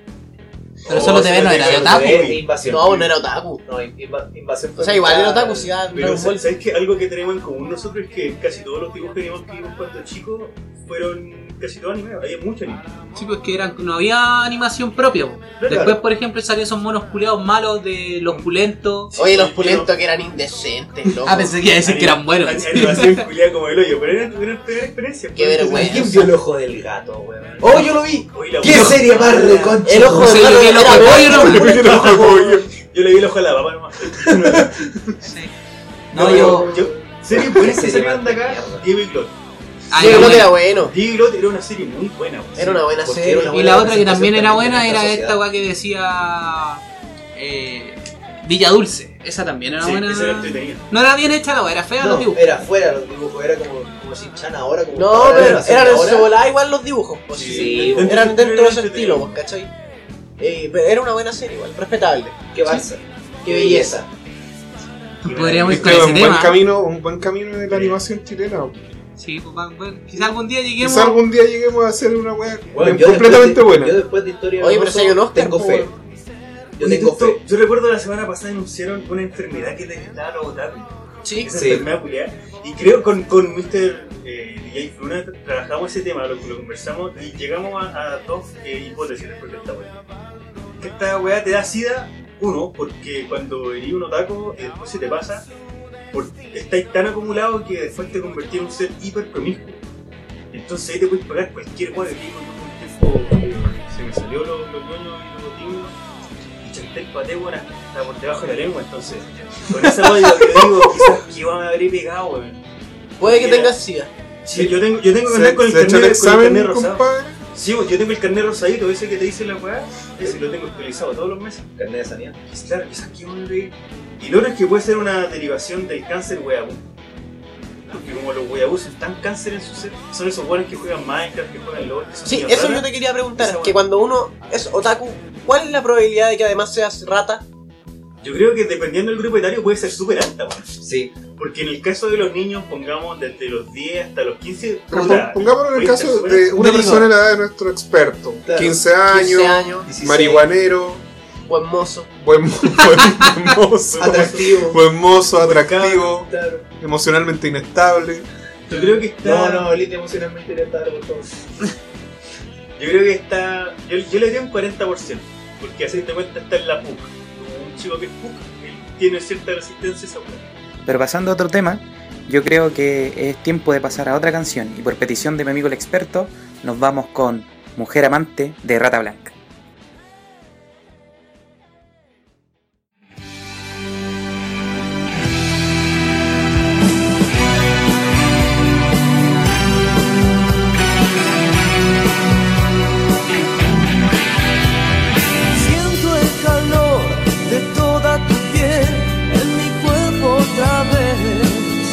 Pero Solo TV no TV era Solo de pues. otaku. TV, Invasión. No, no era otaku. No, inv- invasión. O sea, igual era otaku, si sí. ya Pero Dragon Ball. ¿sabes que Algo que tenemos en común nosotros es que casi todos los dibujos que teníamos que vimos cuando chicos fueron casi todos anime, había mucho anime. Sí, pues que eran, no había animación propia. po. Después, por ejemplo, salieron esos monos culeados malos de los pulentos. Oye, los Sí, pulentos que eran indecentes, loco. Ah, pensé que iba a decir que eran buenos. Ani- Animación culiada como el hoyo, pero era tu gran primera experiencia. Qué vergüenza. ¿Quién vio el ojo del gato, weón? ¡Oh, yo lo vi! Oye, la ¿Qué wea- serie más reconcha? El ojo No sé, del yo gato vi el era ojo de pollo, blanco. no. Yo le vi el ojo a la papa nomás. No, yo. Serie buena esa Sí, serie sí, anda acá, mierda. Diego y Glot. Ah, Sí, era el otro bueno. era bueno. Diego y Glot era una serie muy buena. weón. Era una buena Porque serie. era una Y buena la otra que también era buena representación era de esta la weá que decía. eh, Villa Dulce. Esa también era Sí, buena. esa era entretenida. No era bien hecha la weá, era fea No, los eh, dibujos. era fuera los dibujos, era como, como Shin-Chan ahora. Como No, pero eran en su bola. volada igual los dibujos, pues. Sí, Sí, dentro- eran dentro dentro de ese de- estilo, pues, ¿cachai? Eh, pero era una buena serie igual, respetable. Qué balsa, Qué belleza. Podríamos ir Este con es ese un buen tema. camino, un buen camino de la animación chilena. Sí, pues, va- bueno, quizá algún día lleguemos. Quizá algún día lleguemos a hacer una weá Bueno, yo completamente después de- buena. Yo después de historia de Oye, pero Naruto si hay un Oscar, tengo po, fe. Yo Oye, tengo justo, fe. Yo recuerdo la semana pasada anunciaron una enfermedad que le quitaba a los otakus. Sí. Esa Sí. enfermedad culiada. Y creo con, con Mr. eh, DJ Fluna trabajamos ese tema, lo, lo conversamos y llegamos a, a dos eh, hipótesis respecto a esta weá. Que esta weá te da sida, uno, porque cuando herís un otaku eh, después se te pasa, porque estáis tan acumulado que después te convertís en un ser hiper promiscuo. Entonces ahí te puedes pagar cualquier weá que te digo yo un tiempo. eh, Se me salió los los dueños y los tímidos y chanté el paté, weón, hasta por debajo de la lengua, entonces. Con esa lógica que yo digo, quizás que iba a haber pegado, weón. Puede que Mira. tengas sida. Sí, yo tengo, yo tengo que ¿Se, andar con el se ha hecho el carnet, con el carnet examen, rosado. compadre? Sí, weón, yo tengo el carnet rosadito, ese que te dice la weá, ese lo tengo actualizado todos los meses. Carnet de sanidad. Y claro, quizás que iba a haber pegado. Y lo otro es que puede ser una derivación del cáncer weabú. Porque como los weabús son tan cáncer en su ser, son esos weones que juegan Minecraft, que juegan LOL, que son Sí, niños eso ratas. yo te quería preguntar, Esa que buena. cuando uno es otaku, ¿cuál es la probabilidad de que además seas rata? Yo creo que dependiendo del grupo etario puede ser súper alta, weón. Sí. Porque en el caso de los niños, pongamos desde los 10 hasta los 15, Pero puta, pon- Pongámonos en el puede ser caso súper de una Yo digo- persona de la edad de nuestro experto. Claro. 15 años, 15 años, 16, marihuanero, buen mozo. buen, mo- buen- buen mozo, Atractivo. buen mozo, atractivo, Claro. emocionalmente inestable. Yo creo que está. No, no, Lite emocionalmente inestable, por favor. Yo creo que está. Yo, yo le daría un 40%. Porque así te cuenta está en la PUC. Como un chico que es PUC, él tiene cierta resistencia a esa weá. Pero pasando a otro tema, yo creo que es tiempo de pasar a otra canción y por petición de mi amigo el experto, nos vamos con Mujer Amante de Rata Blanca. Siento el calor de toda tu piel en mi cuerpo otra vez.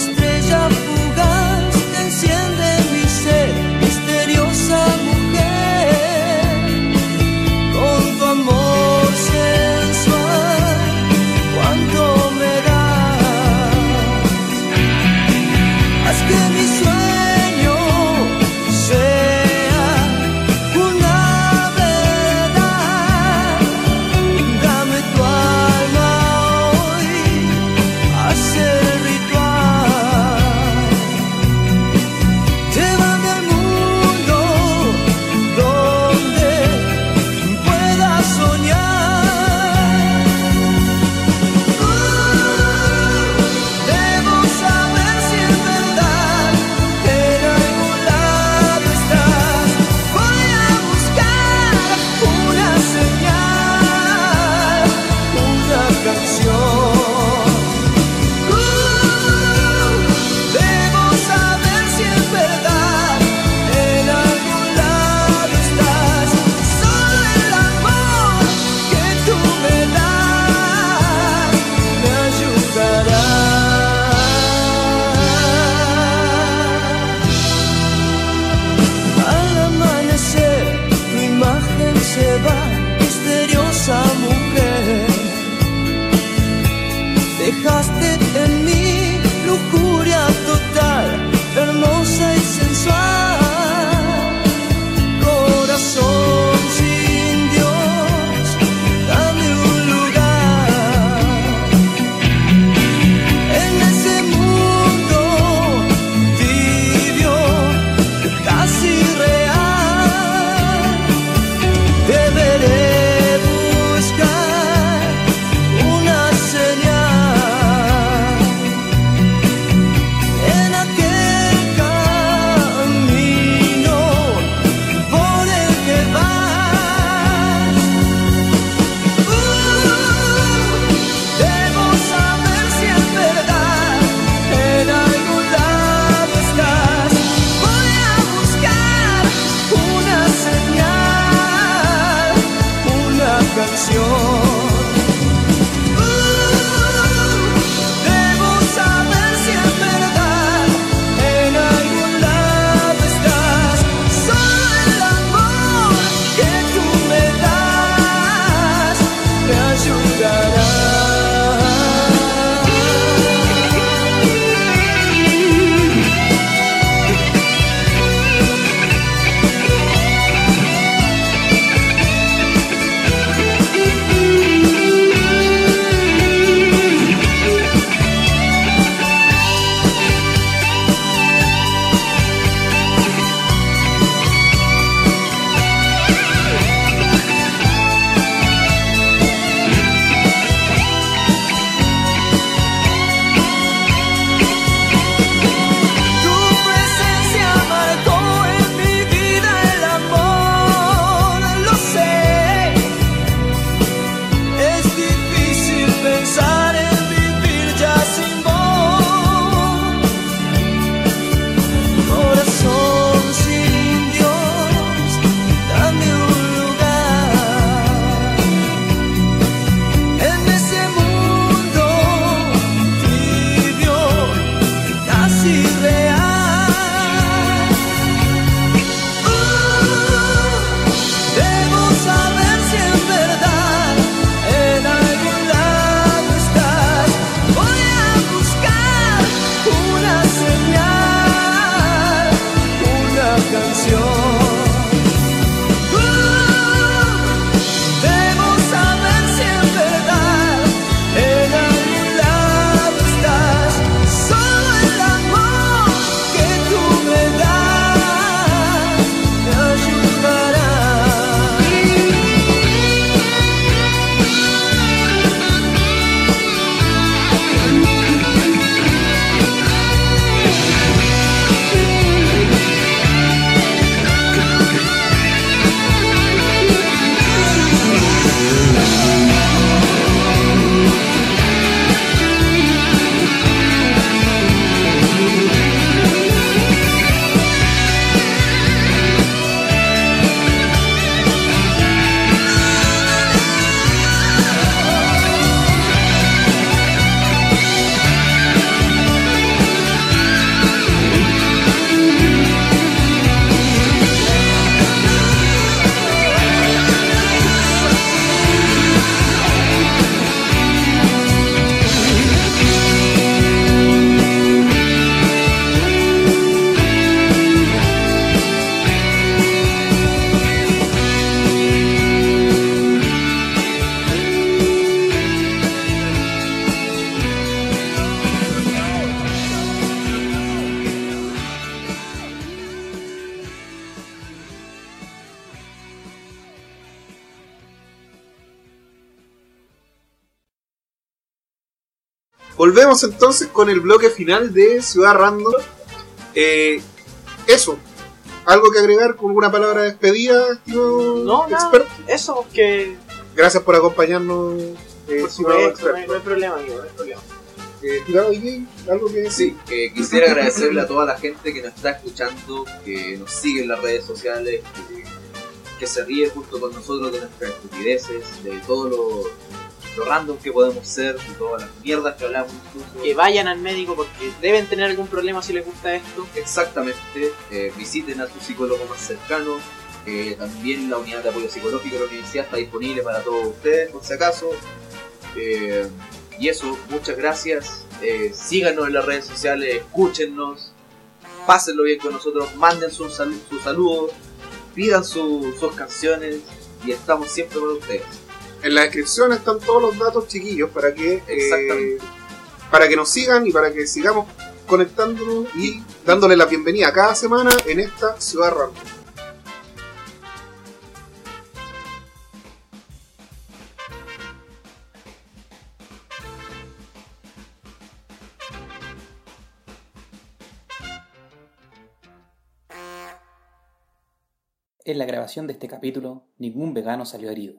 Estrella fugaz que enciende mi ser, misteriosa Uh, canción. Debo saber si es verdad, en algún lado estás. Soy el amor que tú me das, me ayudará. Tu presencia marcó en mi vida el amor, lo sé. Es difícil pensar en vivir ya sin vos. Corazón sin Dios, dame un lugar. En ese mundo tibio casi real. Uh, debo saber si en verdad en algún lado estás. Voy a buscar una señal, una canción. Uh, debo saber si en verdad en algún lado estás, solo el amor que tú me das me ayudará. Volvemos entonces con el bloque final de Ciudad Random. Eh, eso. ¿Algo que agregar con alguna palabra de despedida, estimado No, nada, experto? eso, que Gracias por acompañarnos, eh, por estimado supuesto, no experto. hay, no hay problema, amigo, no hay problema. Eh, estimado Guillén, ¿algo que decir? Sí, eh, quisiera agradecerle a toda la gente que nos está escuchando, que nos sigue en las redes sociales, que, que se ríe junto con nosotros de nuestras estupideces, de todo lo, lo random que podemos ser, de todas las mierdas que hablamos incluso. Que vayan al médico porque deben tener algún problema si les gusta esto. Exactamente, eh, visiten a su psicólogo más cercano. eh, también la unidad de apoyo psicológico de la universidad está disponible para todos ustedes, por si acaso. Eh, y eso, muchas gracias. Eh, síganos en las redes sociales, escúchennos, pásenlo bien con nosotros, manden sus salu- sus saludos, pidan su- sus canciones y estamos siempre con ustedes. En la descripción están todos los datos chiquillos para que eh, Exactamente. para que nos sigan y para que sigamos conectándonos y dándole la bienvenida cada semana en esta ciudad random. En la grabación de este capítulo, ningún vegano salió herido.